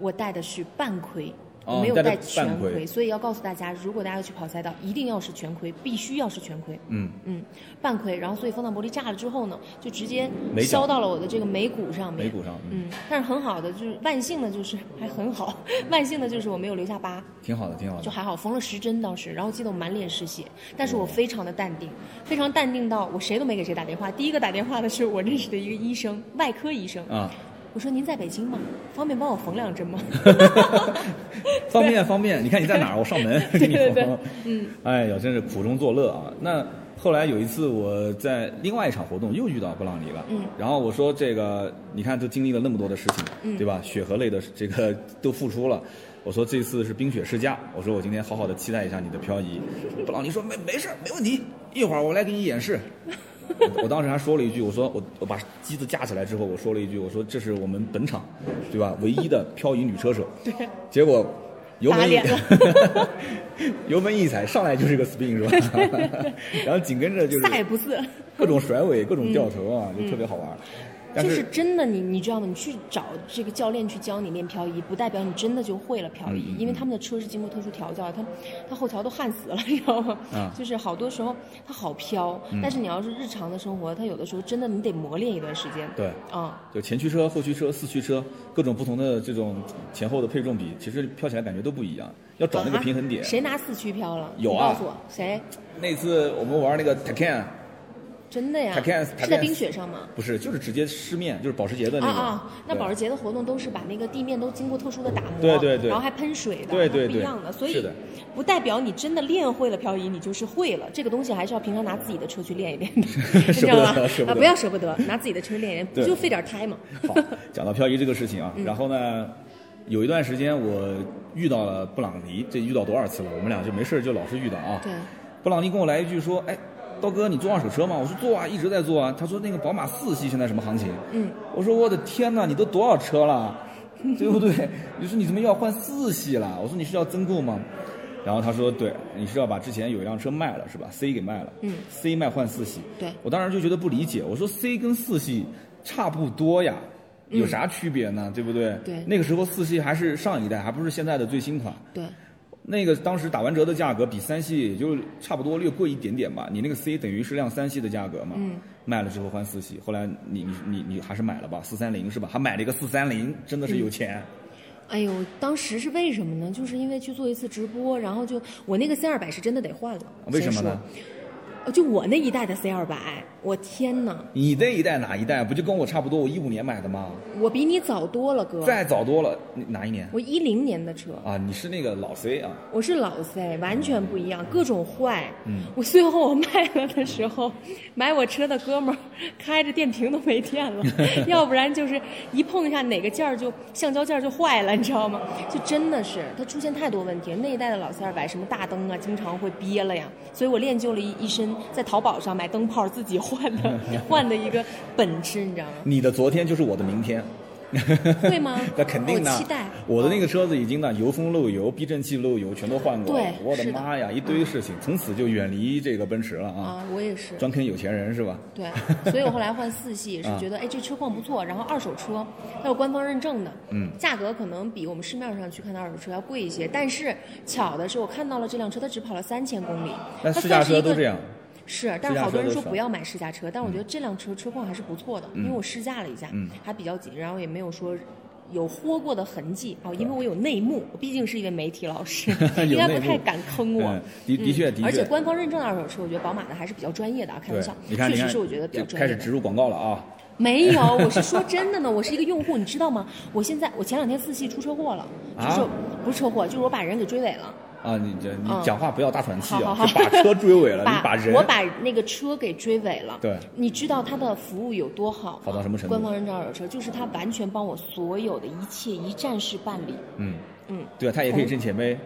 Speaker 2: 我戴的是半盔，
Speaker 1: 哦
Speaker 2: 我没有
Speaker 1: 你戴的
Speaker 2: 戴全
Speaker 1: 半盔
Speaker 2: 所以要告诉大家，如果大家要去跑赛道，一定要是全盔，必须要是全盔。
Speaker 1: 嗯，
Speaker 2: 嗯，半盔，然后所以风挡玻璃炸了之后呢，就直接
Speaker 1: 眉角
Speaker 2: 削到了我的这个眉骨上面。
Speaker 1: 眉骨上，嗯，
Speaker 2: 嗯，但是很好的，就是万幸的，就是还很好，万幸的就是我没有留下疤，
Speaker 1: 挺好的，挺好
Speaker 2: 就
Speaker 1: 的。
Speaker 2: 还好，缝了十针当时，然后记得我满脸是血，但是我非常的淡定，非常淡定到我谁都没给谁打电话，第一个打电话的是我认识的一个医生，外科医生，
Speaker 1: 啊，
Speaker 2: 我说您在北京吗？方便帮我缝两针吗？
Speaker 1: 方便方便，你看你在哪儿，我上门给你
Speaker 2: 对对对
Speaker 1: 缝。嗯，哎呦，真是苦中作乐啊。那后来有一次我在另外一场活动又遇到布朗尼了，
Speaker 2: 嗯，
Speaker 1: 然后我说这个，你看都经历了那么多的事情，
Speaker 2: 嗯
Speaker 1: 对吧？血和泪的这个都付出了。我说这次是冰雪试驾，我说我今天好好的期待一下你的漂移。布朗尼说没没事儿没问题，一会儿我来给你演示。我我当时还说了一句，我说我我把机子架起来之后，我说了一句，我说这是我们本场，对吧？唯一的漂移女车手。对。结果油
Speaker 2: 打
Speaker 1: 门一
Speaker 2: 脸了
Speaker 1: 油门一踩，上来就是个 spin 是 吧？然后紧跟着就是
Speaker 2: 啥也不是。
Speaker 1: 各种甩尾、各种掉头啊，就特别好玩。但
Speaker 2: 就是嗯是真的你，你知道吗？你去找这个教练去教你练漂移，不代表你真的就会了漂移，
Speaker 1: 嗯
Speaker 2: 因为他们的车是经过特殊调教，他他后桥都焊死了， 你知道吗？
Speaker 1: 啊嗯
Speaker 2: 就是好多时候它好飘，但是你要是日常的生活，它有的时候真的你得磨练一段时间。
Speaker 1: 对，
Speaker 2: 啊、
Speaker 1: 就前驱车、后驱车、四驱车，各种不同的这种前后的配重比，其实飘起来感觉都不一样，要找那个
Speaker 2: 啊
Speaker 1: 平衡点。
Speaker 2: 谁拿四驱飘了？
Speaker 1: 有
Speaker 2: 你
Speaker 1: 啊
Speaker 2: 告诉我谁？
Speaker 1: 那次我们玩那个 Takan，
Speaker 2: 真的呀？
Speaker 1: 塔克斯塔克斯
Speaker 2: 是在冰雪上吗？
Speaker 1: 不是，就是直接湿面，就是保时捷的那
Speaker 2: 啊
Speaker 1: 个。
Speaker 2: 啊！那
Speaker 1: 对
Speaker 2: 保时捷的活动都是把那个地面都经过特殊的打磨，
Speaker 1: 对对对
Speaker 2: 然后还喷水的，
Speaker 1: 对对
Speaker 2: 不
Speaker 1: 对
Speaker 2: 一样的，所
Speaker 1: 是
Speaker 2: 以
Speaker 1: 的
Speaker 2: 不代表你真的练会了漂移，你就是会了。这个东西还是要平常拿自己的车去练一练 的，你知道
Speaker 1: 舍
Speaker 2: 吗
Speaker 1: 不得舍不得
Speaker 2: 啊，不要舍不得，拿自己的车练一练，
Speaker 1: 对
Speaker 2: 就费点胎嘛。
Speaker 1: 好，讲到漂移这个事情啊，然后呢，有一段时间我遇到了布朗尼，这遇到多少次了？我们俩就没事儿就老是遇到啊。
Speaker 2: 对，
Speaker 1: 布朗尼跟我来一句说：“哎，刀哥，你做二手车吗？”我说：“做啊，一直在做啊。”他说：“那个宝马四系现在什么行情？”
Speaker 2: 嗯，
Speaker 1: 我说：“我的天哪，你都多少车 了，对不对？”你说：“你怎么又要换四系了？”我说：“你是要增购吗？”然后他说：“对，你是要把之前有一辆车卖了是吧？C 给卖了，
Speaker 2: 嗯
Speaker 1: ，C 卖换四系，
Speaker 2: 对
Speaker 1: 我当时就觉得不理解，我说 C 跟四系差不多呀，有啥区别呢？对不对？
Speaker 2: 嗯对
Speaker 1: 那个时候四系还是上一代，还不是现在的最新款。
Speaker 2: 对，
Speaker 1: 那个当时打完折的价格比三系也就差不多略贵一点点吧，你那个 C 等于是辆三系的价格嘛，
Speaker 2: 嗯
Speaker 1: 卖了之后换四系，后来你你你你还是买了吧，四三零是吧？还买了一个四三零，真的是有钱，
Speaker 2: 哎呦，当时是为什么呢？就是因为去做一次直播，然后就我那个 C 二百是真的得换了，
Speaker 1: 为什么
Speaker 2: 嗯先说
Speaker 1: 呢？？
Speaker 2: 呃就我那一代的 C 二百，我天哪，
Speaker 1: 你那一代哪一代不就跟我差不多？我一五年买的吗？
Speaker 2: 我比你早多了，哥，
Speaker 1: 再早多了，你哪一年？
Speaker 2: 我一零年的车。
Speaker 1: 啊，你是那个老 C 啊？
Speaker 2: 我是老 C，完全不一样，各种坏。
Speaker 1: 嗯
Speaker 2: 我最后我卖了的时候，买我车的哥们儿开着电瓶都没 电了，要不然就是一碰一下哪个件儿就橡胶件儿就坏了，你知道吗？就真的是它出现太多问题了。那一代的老 C 二百什么大灯啊，经常会憋了呀，所以我练就了一一身在淘宝上买灯泡自己换 的换的一个本事，你知道吗？
Speaker 1: 你的昨天就是我的明天。
Speaker 2: 会吗
Speaker 1: ？那肯定的，
Speaker 2: 哦我期待
Speaker 1: 我的那个车子已经呢，油封漏油、避震器漏油全都换过了
Speaker 2: 对。
Speaker 1: 我的
Speaker 2: 是的
Speaker 1: 妈呀，一堆事情，从此就远离这个奔驰了啊！
Speaker 2: 啊，我也是。
Speaker 1: 专坑有钱人是吧？
Speaker 2: 对，所以我后来换四系
Speaker 1: 嗯
Speaker 2: 是觉得，哎，这车况不错，然后二手车它有官方认证的，
Speaker 1: 嗯，
Speaker 2: 价格可能比我们市面上去看的二手车要贵一些，但是巧的是，我看到了这辆车，它只跑了三千公里，
Speaker 1: 那
Speaker 2: 它
Speaker 1: 试驾
Speaker 2: 算是一
Speaker 1: 车
Speaker 2: 个
Speaker 1: 都这样，
Speaker 2: 是，但
Speaker 1: 试
Speaker 2: 是
Speaker 1: 驾
Speaker 2: 好多
Speaker 1: 车
Speaker 2: 人
Speaker 1: 都嗯
Speaker 2: 说
Speaker 1: 少
Speaker 2: 不要买试驾车，但我觉得这辆车车况还是不错的，因
Speaker 1: 嗯
Speaker 2: 为我试驾了一下，还比较紧，然后也没有说。有豁过的痕迹哦，因为我有内幕，我毕竟是一位媒体老师
Speaker 1: 有，
Speaker 2: 应该
Speaker 1: 内
Speaker 2: 不太
Speaker 1: 幕
Speaker 2: 敢坑我。
Speaker 1: 嗯的的确
Speaker 2: 嗯
Speaker 1: 的
Speaker 2: 而且
Speaker 1: 确
Speaker 2: 官方认证的二手车，我觉得宝马的还是比较专业的啊，开
Speaker 1: 对
Speaker 2: 玩笑，，
Speaker 1: 你看，
Speaker 2: 确
Speaker 1: 你
Speaker 2: 实
Speaker 1: 看，
Speaker 2: 是我觉得比较
Speaker 1: 就
Speaker 2: 专
Speaker 1: 开
Speaker 2: 业
Speaker 1: 始
Speaker 2: 的。
Speaker 1: 植入广告了啊！
Speaker 2: 没有，我是说真的呢，我是一个用户，你知道吗？我现在我前两天四系出车祸了，
Speaker 1: 啊
Speaker 2: 就是不是车祸，就是我把人给追尾了，
Speaker 1: 啊，你这你
Speaker 2: 嗯
Speaker 1: 讲话不要大喘气
Speaker 2: 好
Speaker 1: 啊，
Speaker 2: 好
Speaker 1: 是
Speaker 2: 好
Speaker 1: 把车追尾了，你把人
Speaker 2: 我 把那个车给追尾了。
Speaker 1: 对
Speaker 2: 你知道它的服务有多好吗？
Speaker 1: 好到什么程度
Speaker 2: 官方认证二手车就是它完全帮我所有的一切一站式办理。
Speaker 1: 嗯
Speaker 2: 嗯，
Speaker 1: 对啊，他也可以挣钱呗，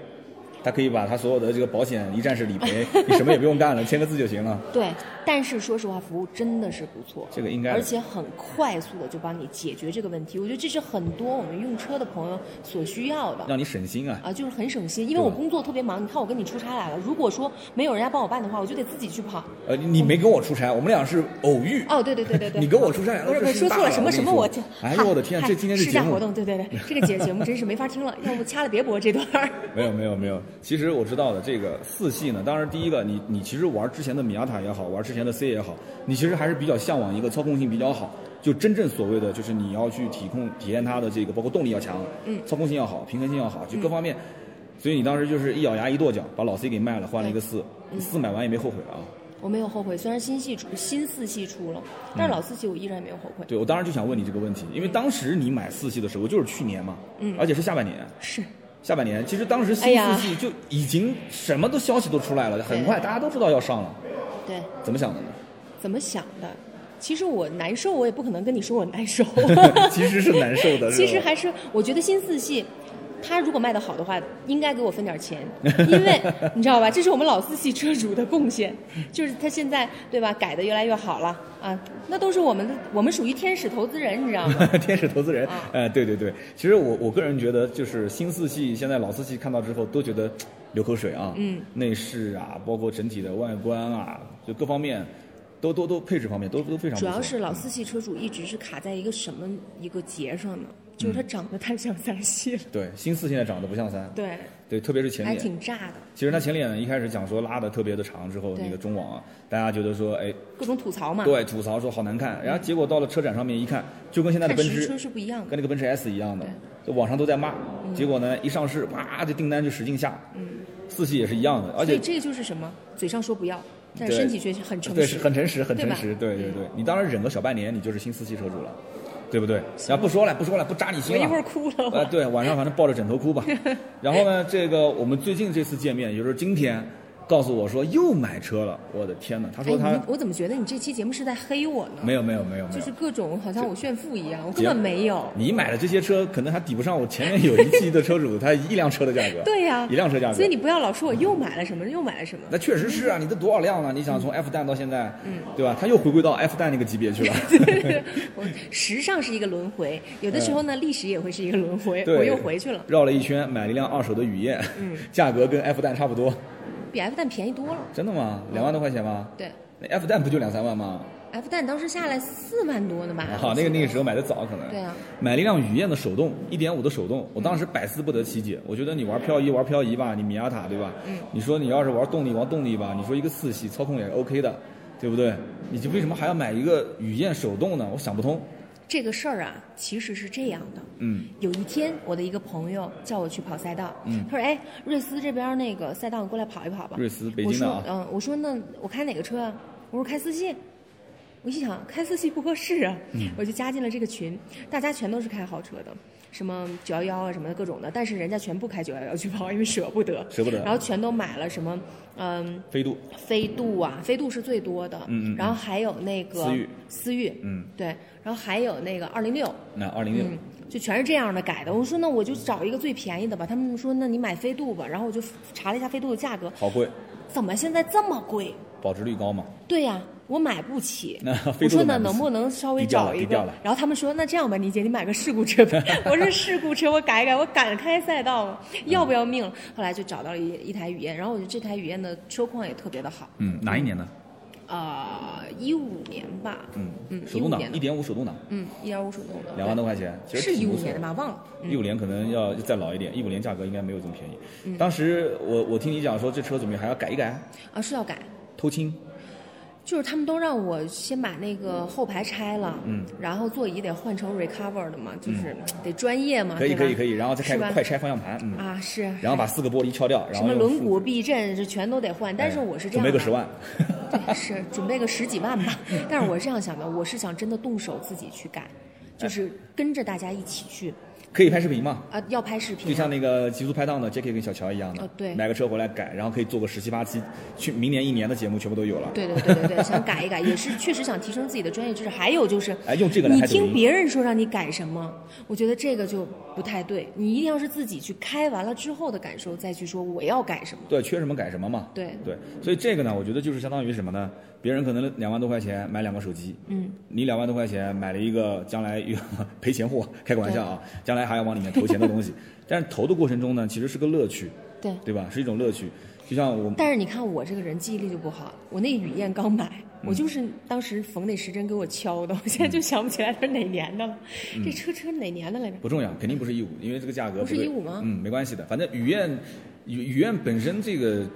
Speaker 1: 他可以把他所有的这个保险一站式理赔，你什么也不用干了，签个字就行了。
Speaker 2: 对，但是说实话，服务真的是不错，
Speaker 1: 这个应该的
Speaker 2: 而且很快速的就帮你解决这个问题。我觉得这是很多我们用车的朋友所需要的。
Speaker 1: 让你省心啊！
Speaker 2: 啊，就是很省心，因为我工作特别忙。你看我跟你出差来了，如果说没有人家帮我办的话，我就得自己 去跑。
Speaker 1: 呃，你没跟我出差，我们俩是偶遇。
Speaker 2: 哦，对对对对对，
Speaker 1: 你跟我出差来了
Speaker 2: 不是
Speaker 1: 这
Speaker 2: 不是
Speaker 1: 事
Speaker 2: 说
Speaker 1: 大
Speaker 2: 错了
Speaker 1: 了
Speaker 2: 什么
Speaker 1: 我跟
Speaker 2: 什
Speaker 1: 你
Speaker 2: 么，我
Speaker 1: 说
Speaker 2: 就
Speaker 1: 哎
Speaker 2: 嗨
Speaker 1: 呦我的天啊
Speaker 2: 嗨
Speaker 1: 这今天这
Speaker 2: 试
Speaker 1: 节
Speaker 2: 驾
Speaker 1: 目
Speaker 2: 活动，对对对， 这个节节目真是没法听了，要不掐了别播这段儿。
Speaker 1: 没有没有没有，其实我知道的这个四系呢，当然第一个你你其实玩之前的米亚塔也好，玩之前的 C 也好，你其实还是比较向往一个操控性比较好，就真正所谓的就是你要去体控体验它的这个，包括动力要强，
Speaker 2: 嗯
Speaker 1: 操控性要好，平衡性要好，就各方面。所以你当时就是一咬牙一跺脚，把老 C 给卖了，换了一个四，
Speaker 2: 嗯
Speaker 1: 四买完也没后悔啊。
Speaker 2: 我没有后悔，虽然新系出新四系出了，但是老四系我依然没有后悔。
Speaker 1: 对我当时就想问你这个问题，因为当时你买四系的时候就是去年嘛，
Speaker 2: 嗯
Speaker 1: 而且是下半年，
Speaker 2: 是，
Speaker 1: 下半年其实当时
Speaker 2: 哎
Speaker 1: 新
Speaker 2: 呀
Speaker 1: 四系就已经什么都消息都出来了，很快
Speaker 2: 对
Speaker 1: 大家都知道要上了。
Speaker 2: 对，
Speaker 1: 怎么想的呢？
Speaker 2: 怎么想的？其实我难受，我也不可能跟你说我 难受。
Speaker 1: 其实是难受的，
Speaker 2: 其
Speaker 1: 是
Speaker 2: 实
Speaker 1: 吧
Speaker 2: 还是我觉得新四系，它如果卖得好的话，应该给我分点钱， 因为你知道吧，这是我们老四系车主的贡献，就是他现在对吧改的越来越好了啊，那都是我们的，我们属于天使投资人，你知 道吗？
Speaker 1: 天使投资人
Speaker 2: 啊，
Speaker 1: 哎，对对对，其实我我个人觉得，就是新四系现在老四系看到之后都觉得嘖流口水啊，
Speaker 2: 嗯，
Speaker 1: 内饰啊，包括整体的外观啊，就各方面，都都都配置方面都都非常不错
Speaker 2: 主要是老四系车主一直是卡在一个什么一个节上呢？就
Speaker 1: 嗯
Speaker 2: 是它长得太像三系了，
Speaker 1: 对新四现在长得不像三，
Speaker 2: 对，
Speaker 1: 对，特别是前
Speaker 2: 还
Speaker 1: 脸，
Speaker 2: 挺炸的，
Speaker 1: 其实它前脸一开始讲说拉的特别的长之后，
Speaker 2: 对
Speaker 1: 那个中网啊，大家觉得说，哎，
Speaker 2: 各种吐槽嘛。
Speaker 1: 对，吐槽说好难看，然后结果到了车展上面一看，就跟现在的
Speaker 2: 看
Speaker 1: 奔
Speaker 2: 实
Speaker 1: 驰
Speaker 2: 车是不一样
Speaker 1: 跟
Speaker 2: 的，
Speaker 1: 那个奔驰 S 一样的，就网上都在骂，
Speaker 2: 嗯
Speaker 1: 结果呢一上市，啪就订单就使劲下，四系也是一样的，而
Speaker 2: 所
Speaker 1: 且
Speaker 2: 以这个就是什么，嘴上说不要，但是
Speaker 1: 对
Speaker 2: 身体却很诚
Speaker 1: 对
Speaker 2: 实，
Speaker 1: 是很诚实，很
Speaker 2: 对
Speaker 1: 诚
Speaker 2: 吧
Speaker 1: 实，对对对，你当然忍个小半年，你就是新四系车主了，对不对？然后不说了，不说了，不扎你
Speaker 2: 我
Speaker 1: 心
Speaker 2: 一会儿
Speaker 1: 了。
Speaker 2: 哭了，
Speaker 1: 呃，对，晚上反正抱着枕头哭 吧。然后呢，这个我们最近这次见面，也就是今天，告诉我说又买车了，我的天哪！他
Speaker 2: 哎，
Speaker 1: 说他
Speaker 2: 你我怎么觉得你这期节目是在黑我呢？
Speaker 1: 没有没有没有没
Speaker 2: 就
Speaker 1: 有
Speaker 2: 是，各种好像我炫富一样，我根本没有。
Speaker 1: 你买的这些车可能还抵不上我前面有一期的车主他一辆车的价格。
Speaker 2: 对呀、
Speaker 1: 一辆车价格。
Speaker 2: 所以你不要老说我又买了什么，又买了什么。
Speaker 1: 那确实是啊，你都多少辆了？你
Speaker 2: 嗯
Speaker 1: 想从 F 蛋到现在，对吧？它又回归到 F 蛋那个级别去 了。
Speaker 2: 我时尚是一个轮回，有的时候呢，历史也会是一个轮回。
Speaker 1: 嗯对
Speaker 2: 我又回去了，嗯
Speaker 1: 绕了一圈，买了一辆二手的雨燕，价格跟 F 蛋差不多。
Speaker 2: 比 F 蛋便宜多了。
Speaker 1: 真的吗？
Speaker 2: 嗯
Speaker 1: 两万多块钱吗？
Speaker 2: 对
Speaker 1: 那 F 蛋不就两三万吗？
Speaker 2: ，F 蛋当时下来四万多呢吧？
Speaker 1: 好，啊那个那个时候买的早，可能。
Speaker 2: 啊对啊。
Speaker 1: 买了一辆雨燕的手动，一点五的手动，我当时百思不得其解。我觉得你玩漂移玩漂移吧，你米亚塔对吧？嗯。你说你要是玩动力玩动力吧，你说一个四系操控也是 OK 的，对不对？你就为什么还要买一个雨燕手动呢？我想不通。
Speaker 2: 这个事儿啊，其实是这样的。
Speaker 1: 嗯，
Speaker 2: 有一天，我的一个朋友叫我去跑赛道，他说：“哎，瑞思这边那个赛道，你过来跑一跑吧。”
Speaker 1: 瑞思北京的啊
Speaker 2: 我说：“嗯，我说那我开哪个车啊？”我说：“开四系。”我一想，开四系不合适啊，
Speaker 1: 嗯
Speaker 2: 我就加进了这个群，大家全都是开豪车的，什么九幺幺啊，什么的各种的，但是人家全不开九幺幺去跑，因为舍不得，
Speaker 1: 舍不得
Speaker 2: 然后全都买了什么，嗯，
Speaker 1: 飞度，
Speaker 2: 飞度啊，飞度是最多的，
Speaker 1: 嗯嗯嗯
Speaker 2: 然后还有那个
Speaker 1: 思域
Speaker 2: 思域，
Speaker 1: 嗯，
Speaker 2: 对，然后还有那个二零六，
Speaker 1: 那二零六
Speaker 2: 嗯，就全是这样的改的。我说那我就找一个最便宜的吧，他们说那你买飞度吧，然后我就查了一下飞度的价格，
Speaker 1: 好贵，
Speaker 2: 怎么现在这么贵？
Speaker 1: 保值率高嘛。
Speaker 2: 对呀、我买不起
Speaker 1: 那。飞度
Speaker 2: 我说
Speaker 1: 都买
Speaker 2: 呢，
Speaker 1: 不起
Speaker 2: 能不能稍微
Speaker 1: 低调
Speaker 2: 找
Speaker 1: 了
Speaker 2: 一
Speaker 1: 低调
Speaker 2: 个
Speaker 1: 了？
Speaker 2: 然后他们说，那这样吧，倪姐，你买个事故车呗。 我说事故车，我改一改，我敢开赛道吗？
Speaker 1: 嗯
Speaker 2: 要不要命了？后来就找到了一一台雨燕，然后我觉得这台雨燕的车况也特别的好，
Speaker 1: 嗯，哪一年呢？
Speaker 2: 啊、1一五年吧，
Speaker 1: 嗯
Speaker 2: 嗯，
Speaker 1: 手
Speaker 2: 一五
Speaker 1: 动挡
Speaker 2: 年，
Speaker 1: 一
Speaker 2: 的，
Speaker 1: 点五手动挡，
Speaker 2: 嗯，一点五手动的，
Speaker 1: 两万多块钱，其
Speaker 2: 对，
Speaker 1: 实
Speaker 2: 是一
Speaker 1: 挺
Speaker 2: 五
Speaker 1: 不错
Speaker 2: 年的嗯吧？忘了，
Speaker 1: 一五年可能要再老一点，一五年价格应该没有这么便
Speaker 2: 嗯
Speaker 1: 宜。当时我我听你讲说这车准备还要改一改，
Speaker 2: 啊，是要改。
Speaker 1: 偷亲，
Speaker 2: 就是他们都让我先把那个后排拆了，嗯，然后座椅得换成 recover 的嘛，就是得专业嘛，
Speaker 1: 嗯可以
Speaker 2: 啊对吧
Speaker 1: 可以可以，然后再开
Speaker 2: 是
Speaker 1: 个
Speaker 2: 吧
Speaker 1: 快拆方向盘，嗯，
Speaker 2: 啊，是，
Speaker 1: 然后把四个玻璃敲掉，然
Speaker 2: 什
Speaker 1: 后
Speaker 2: 么
Speaker 1: 用
Speaker 2: 轮
Speaker 1: 复
Speaker 2: 毂、避震这全都得换，但是我是这
Speaker 1: 准
Speaker 2: 样
Speaker 1: 备
Speaker 2: 的，
Speaker 1: 个十万，
Speaker 2: 对，是准备个十几万 吧。但是我是这样想的，我是想真的动手自己去改，
Speaker 1: 哎
Speaker 2: 就是跟着大家一起去
Speaker 1: 可以拍视频嘛？
Speaker 2: 啊，要拍视
Speaker 1: 就
Speaker 2: 频
Speaker 1: 像
Speaker 2: 啊，
Speaker 1: 那个《极速拍档》的 Jackie 跟小乔一样的
Speaker 2: 哦，对
Speaker 1: 买个车回来改，然后可以做个十七八期，去明年一年的节目全部都有了。
Speaker 2: 对对对对对，想改一改，也是确实想提升自己的专业知识。还有就是，
Speaker 1: 哎用这个来
Speaker 2: 你
Speaker 1: 拍抖音
Speaker 2: 听别人说让你改什么，我觉得这个就不太对。你一定要是自己去开完了之后的感受，再去说我要改什么。
Speaker 1: 对，缺什么改什么嘛。
Speaker 2: 对
Speaker 1: 对，所以这个呢，我觉得就是相当于什么呢？别人可能两万多块钱买两个手机，嗯，你两万多块钱买了一个 将来又赔钱货，开个玩笑啊，将来还要往里面投钱的 东西。但是投的过程中呢，其实是个乐趣，
Speaker 2: 对。
Speaker 1: 对吧？是一种乐趣。就像我，
Speaker 2: 但是你看我这个人记忆力就不好，我那雨燕刚买，
Speaker 1: 嗯
Speaker 2: 我就是当时缝那时针给我敲的，我现在就想不起来它是哪年的了。
Speaker 1: 嗯
Speaker 2: 这车车哪年的来着？
Speaker 1: 不重要，肯定不是一五，因为这个价格
Speaker 2: 不是
Speaker 1: 对
Speaker 2: 15吗
Speaker 1: 嗯，没关系的，反正雨燕，雨雨燕本身这个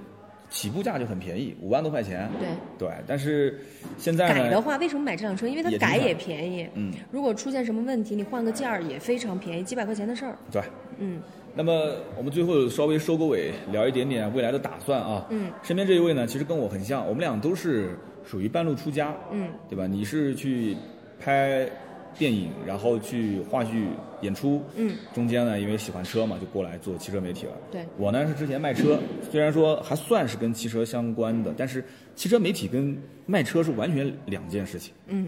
Speaker 1: 起步价就很便宜，五万多块钱。
Speaker 2: 对。
Speaker 1: 对，但是现在呢，
Speaker 2: 改的话，为什么买这辆车？因为它
Speaker 1: 也挺
Speaker 2: 改
Speaker 1: 好
Speaker 2: 也便宜。
Speaker 1: 嗯，
Speaker 2: 如果出现什么问题，你换个件儿也非常便宜，几百块钱的事儿。
Speaker 1: 对，
Speaker 2: 嗯。
Speaker 1: 那么我们最后稍微收个尾，聊一点点未来的打算啊。
Speaker 2: 嗯。
Speaker 1: 身边这一位呢，其实跟我很像，我们俩都是属于半路出家，
Speaker 2: 嗯，
Speaker 1: 对吧？你是去拍电影，然后去话剧演出，
Speaker 2: 嗯，
Speaker 1: 中间呢，因为喜欢车嘛，就过来做汽车媒体了。
Speaker 2: 对
Speaker 1: 我呢是之前卖车，虽然说还算是跟汽车相关的，但是汽车媒体跟卖车是完全两件事情。
Speaker 2: 嗯，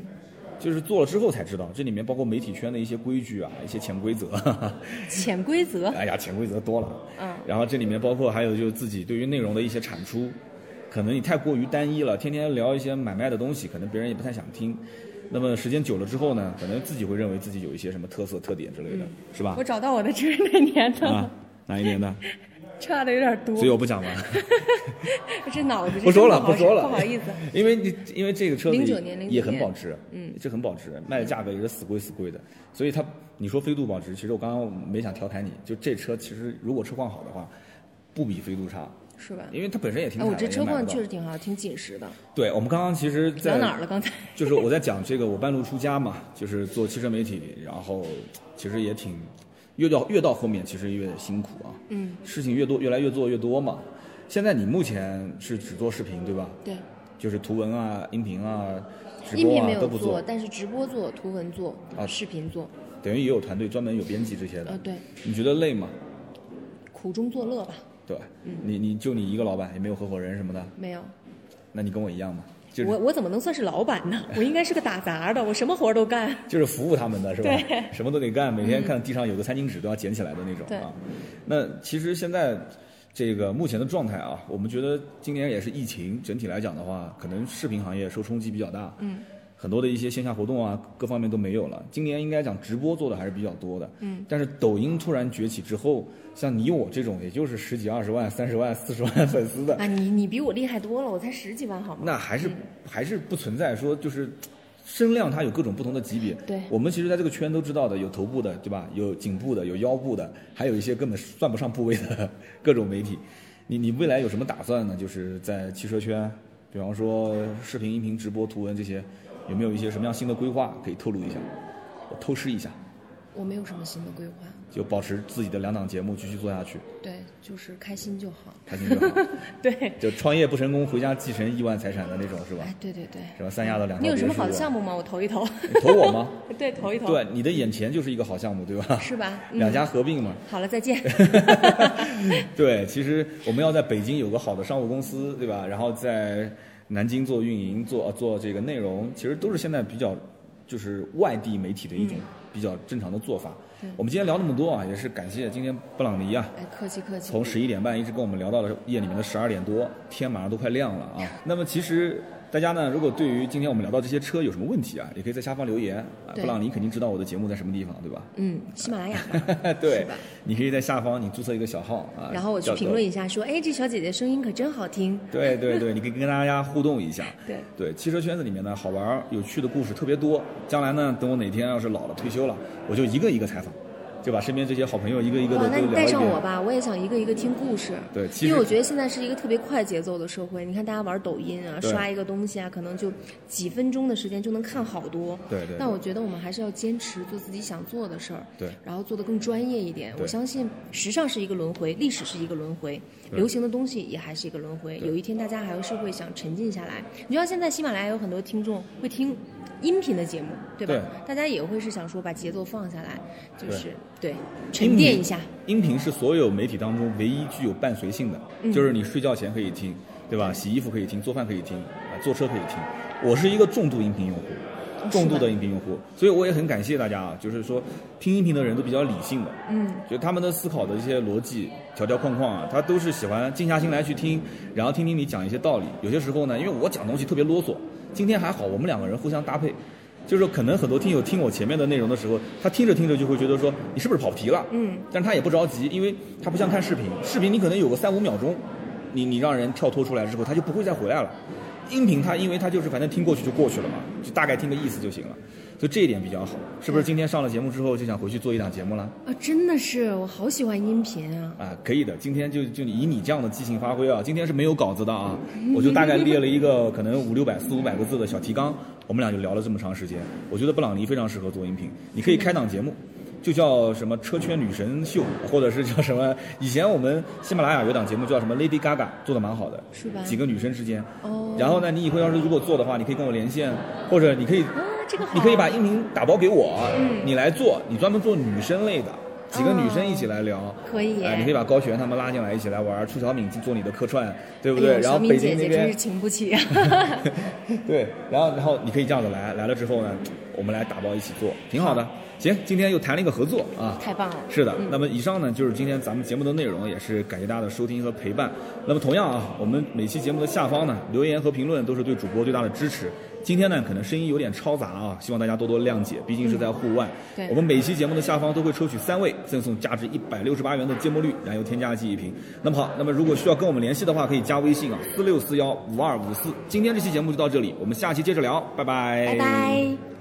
Speaker 1: 就是做了之后才知道，这里面包括媒体圈的一些规矩啊，一些潜规则。
Speaker 2: 潜规则。
Speaker 1: 哎呀，潜规则多了。
Speaker 2: 嗯
Speaker 1: 然后这里面包括还有就是自己对于内容的一些产出，可能你太过于单一了，天天聊一些买卖的东西，可能别人也不太想听。那么时间久了之后呢，可能自己会认为自己
Speaker 2: 嗯
Speaker 1: 有一些什么特色、特点之类的，是吧啊
Speaker 2: 我？找到我的车是哪年的了？
Speaker 1: 啊，哪一年的？
Speaker 2: 差的有点多
Speaker 1: 所以，我不讲完，
Speaker 2: 这脑子
Speaker 1: 不说了，
Speaker 2: 真
Speaker 1: 不
Speaker 2: 好使
Speaker 1: 说了，
Speaker 2: 不 好意思。
Speaker 1: 因为你因为这个车子
Speaker 2: 09年09
Speaker 1: 也很
Speaker 2: 年
Speaker 1: 保值，嗯，这很保值，卖的价格也是死贵死贵的，所以它你说飞度保值，其实我刚刚没想调侃你，就这车其实如果车况好的话，不比飞度差，
Speaker 2: 是吧？
Speaker 1: 因为它本身也挺
Speaker 2: 哎，
Speaker 1: 惨的，
Speaker 2: 我这
Speaker 1: 也
Speaker 2: 车
Speaker 1: 买不
Speaker 2: 况
Speaker 1: 到
Speaker 2: 确实挺好，挺紧实的。
Speaker 1: 对，我们刚刚其实在
Speaker 2: 聊哪儿了？刚才
Speaker 1: 就是我在讲这个，我半路出家嘛，就是做汽车媒体，然后其实也挺，越到越到后面其实越辛苦啊，
Speaker 2: 嗯，
Speaker 1: 事情越多，越来越做越多嘛。现在你目前是只做视频对吧？
Speaker 2: 对，
Speaker 1: 就是图文啊、音频啊、直
Speaker 2: 音
Speaker 1: 播
Speaker 2: 频没
Speaker 1: 啊都
Speaker 2: 有
Speaker 1: 啊不
Speaker 2: 做，
Speaker 1: 做，啊
Speaker 2: 但是直播做、图文做、视频做，
Speaker 1: 等于也有团队专门有编辑这些的。
Speaker 2: 呃，对，
Speaker 1: 你觉得累吗？
Speaker 2: 苦中作乐吧，
Speaker 1: 对吧，
Speaker 2: 嗯
Speaker 1: 你你就你一个老板，也没有合伙人什么的，
Speaker 2: 没有。
Speaker 1: 那你跟我一样嘛，就是
Speaker 2: 我我怎么能算是老板呢？我应该是个打杂的，我什么活儿 都干。
Speaker 1: 就是服务他们的是吧
Speaker 2: 对？
Speaker 1: 什么都得干，每天看地上有个餐巾纸都要捡起来的那种
Speaker 2: 对
Speaker 1: 啊。那其实现在这个目前的状态啊，我们觉得今年也是疫情，整体来讲的话，可能视频行业受冲击比较大。嗯。很多的一些线下活动啊，各方面都没有了。今年应该讲直播做的还是比较多的，嗯。但是抖音突然崛起之后，像你我这种，也就是十几、二十万、三十万、四十万粉丝的，
Speaker 2: 啊，你你比我厉害多了，我才十几万好吗？
Speaker 1: 那还是、还是不存在说就是声量，它有各种不同的级别。
Speaker 2: 对
Speaker 1: 我们其实在这个圈都知道的，有头部的，对吧？有颈部的，有腰部的，还有一些根本算不上部位的 各种媒体。你你未来有什么打算呢？就是在汽车圈，比方说视频、音频、直播、图文这些，有没有一些什么样新的规划可以透露一下？我透视一下，
Speaker 2: 我没有什么新的规划，
Speaker 1: 就保持自己的两档节目继续做下去，
Speaker 2: 对，就是开心就好。
Speaker 1: 开心就好。
Speaker 2: 对，
Speaker 1: 就创业不成功，回家继承亿万财产的那种，是吧？
Speaker 2: 哎，对对对。
Speaker 1: 什么三亚的两套
Speaker 2: 你有什么
Speaker 1: 别墅
Speaker 2: 好的
Speaker 1: 啊
Speaker 2: 项目吗？我投一投。
Speaker 1: 你投我吗？
Speaker 2: 对，投一投。，
Speaker 1: 对，你的眼前就是一个好项目，对吧？
Speaker 2: 是吧？嗯
Speaker 1: 两家合并嘛。
Speaker 2: 好了，再 见。
Speaker 1: 对，其实我们要在北京有个好的商务公司，对吧？然后在南京做运营，做做这个内容，其实都是现在比较就是外地媒体的一种比较正常的做法。我们今天聊那么多啊，也是感谢今天布朗尼啊。
Speaker 2: 哎，客气客气。
Speaker 1: 从十一点半一直跟我们聊到了夜里面的十二点多，天马上都快亮了啊。那么其实大家呢，如果对于今天我们聊到这些车有什么问题啊，也可以在下方留言。啊
Speaker 2: 对
Speaker 1: 布朗尼肯定知道我的节目在什么地方，对吧？
Speaker 2: 嗯，喜马拉雅吧。
Speaker 1: 对
Speaker 2: 是吧，
Speaker 1: 你可以在下方你注册一个小号啊，
Speaker 2: 然后我去
Speaker 1: 叫做
Speaker 2: 评论一下， 说，哎，这小姐姐声音可真好听。
Speaker 1: 对对对，你可以跟大家互动一下。
Speaker 2: 对
Speaker 1: 对，汽车圈子里面呢，好玩儿有趣的故事特别多。将来呢，等我哪天要是老了退休了，我就一个一个采访，就把身边这些好朋友一个一个
Speaker 2: 哇
Speaker 1: 的，
Speaker 2: 哦那
Speaker 1: 都
Speaker 2: 你
Speaker 1: 聊
Speaker 2: 带
Speaker 1: 一
Speaker 2: 上我
Speaker 1: 遍。
Speaker 2: 吧，我也想一个一个听故事。
Speaker 1: 对其实
Speaker 2: 因为我觉得现在是一个特别快节奏的社会。你看大家玩抖音啊，
Speaker 1: 对
Speaker 2: 刷一个东西啊，可能就几分钟的时间就能看好多。
Speaker 1: 对对对
Speaker 2: 但我觉得我们还是要坚持做自己想做的事儿，
Speaker 1: 对
Speaker 2: 然后做得更专业一点。
Speaker 1: 对
Speaker 2: 我相信时尚是一个轮回，历史是一个轮回，
Speaker 1: 对
Speaker 2: 流行的东西也还是一个轮回。有一天大家还是会想沉浸下来。你就像现在喜马拉雅有很多听众会听音频的节目，对吧？
Speaker 1: 对
Speaker 2: 大家也会是想说把节奏放下来，就
Speaker 1: 对
Speaker 2: 是对沉淀一下。
Speaker 1: 音频是所有媒体当中唯一具有伴随性的，就是你睡觉前可以听，对吧？洗衣服可以听，做饭可以听，啊，坐车可以听。我是一个重度音频用户，重度的音频用户，所以我也很感谢大家啊，就是说听音频的人都比较理性的，
Speaker 2: 嗯，
Speaker 1: 就他们的思考的一些逻辑条条框框啊，他都是喜欢静下心来去听，然后听听你讲一些道理。有些时候呢，因为我讲东西特别啰嗦，今天还好，我们两个人互相搭配。就是说可能很多听友听我前面的内容的时候，他听着听着就会觉得说你是不是跑题了？
Speaker 2: 嗯，
Speaker 1: 但是他也不着急，因为他不像看视频，视频你可能有个三五秒钟，你你让人跳脱出来之后，他就不会再回来了。音频它因为它就是反正听过去就过去了嘛，就大概听个意思就行了，所以这一点比较好。是不是今天上了节目之后就想回去做一档节目了？
Speaker 2: 啊，真的是，我好喜欢音频啊！
Speaker 1: 啊，可以的，今天就就以你这样的即兴发挥啊，今天是没有稿子的啊，我就大概列了一个可能五六百、四五百个字的小提纲，我们俩就聊了这么长时间。我觉得布朗尼非常适合做音频，你可以开档节目，就叫什么“车圈女神秀”，或者是叫什么？以前我们喜马拉雅有档节目叫什么 “Lady Gaga”，做的蛮好的，
Speaker 2: 是吧
Speaker 1: 几个女生之间。
Speaker 2: 哦
Speaker 1: 然后呢，你以后要是如果做的话，你可以跟我连线，或者你可以
Speaker 2: 啊，这个好，
Speaker 1: 你可以把音频打包给我，你来做，你专门做女生类的，几个女生一起来聊，
Speaker 2: 可以
Speaker 1: 哎
Speaker 2: 耶
Speaker 1: 你可以把高璇他们拉进来一起来玩，楚小敏做你的客串，对不
Speaker 2: 哎
Speaker 1: 对？
Speaker 2: 呦
Speaker 1: 然后
Speaker 2: 小敏
Speaker 1: 北
Speaker 2: 姐
Speaker 1: 京那
Speaker 2: 姐真
Speaker 1: 边
Speaker 2: 是，请不起啊！
Speaker 1: 对，然后然后你可以这样子来，来了之后呢，我们来打包一起做，挺好的。行，今天又谈了一个合作啊。
Speaker 2: 太棒了，嗯
Speaker 1: 是的，那么以上呢就是今天咱们节目的内容，也是感谢大家的收听和陪伴。那么同样啊，我们每期节目的下方呢，留言和评论都是对主播最大的支持。今天呢，可能声音有点嘈杂啊，希望大家多多谅解，毕竟是在户外。
Speaker 2: 对
Speaker 1: 我们每期节目的下方都会抽取三位，赠送价值一百六十八元的芥末绿燃油添加剂一瓶。那么好，那么如果需要跟我们联系的话，可以加微信啊，四六四幺五二五四。今天这期节目就到这里，我们下期接着聊，拜拜，
Speaker 2: 拜拜。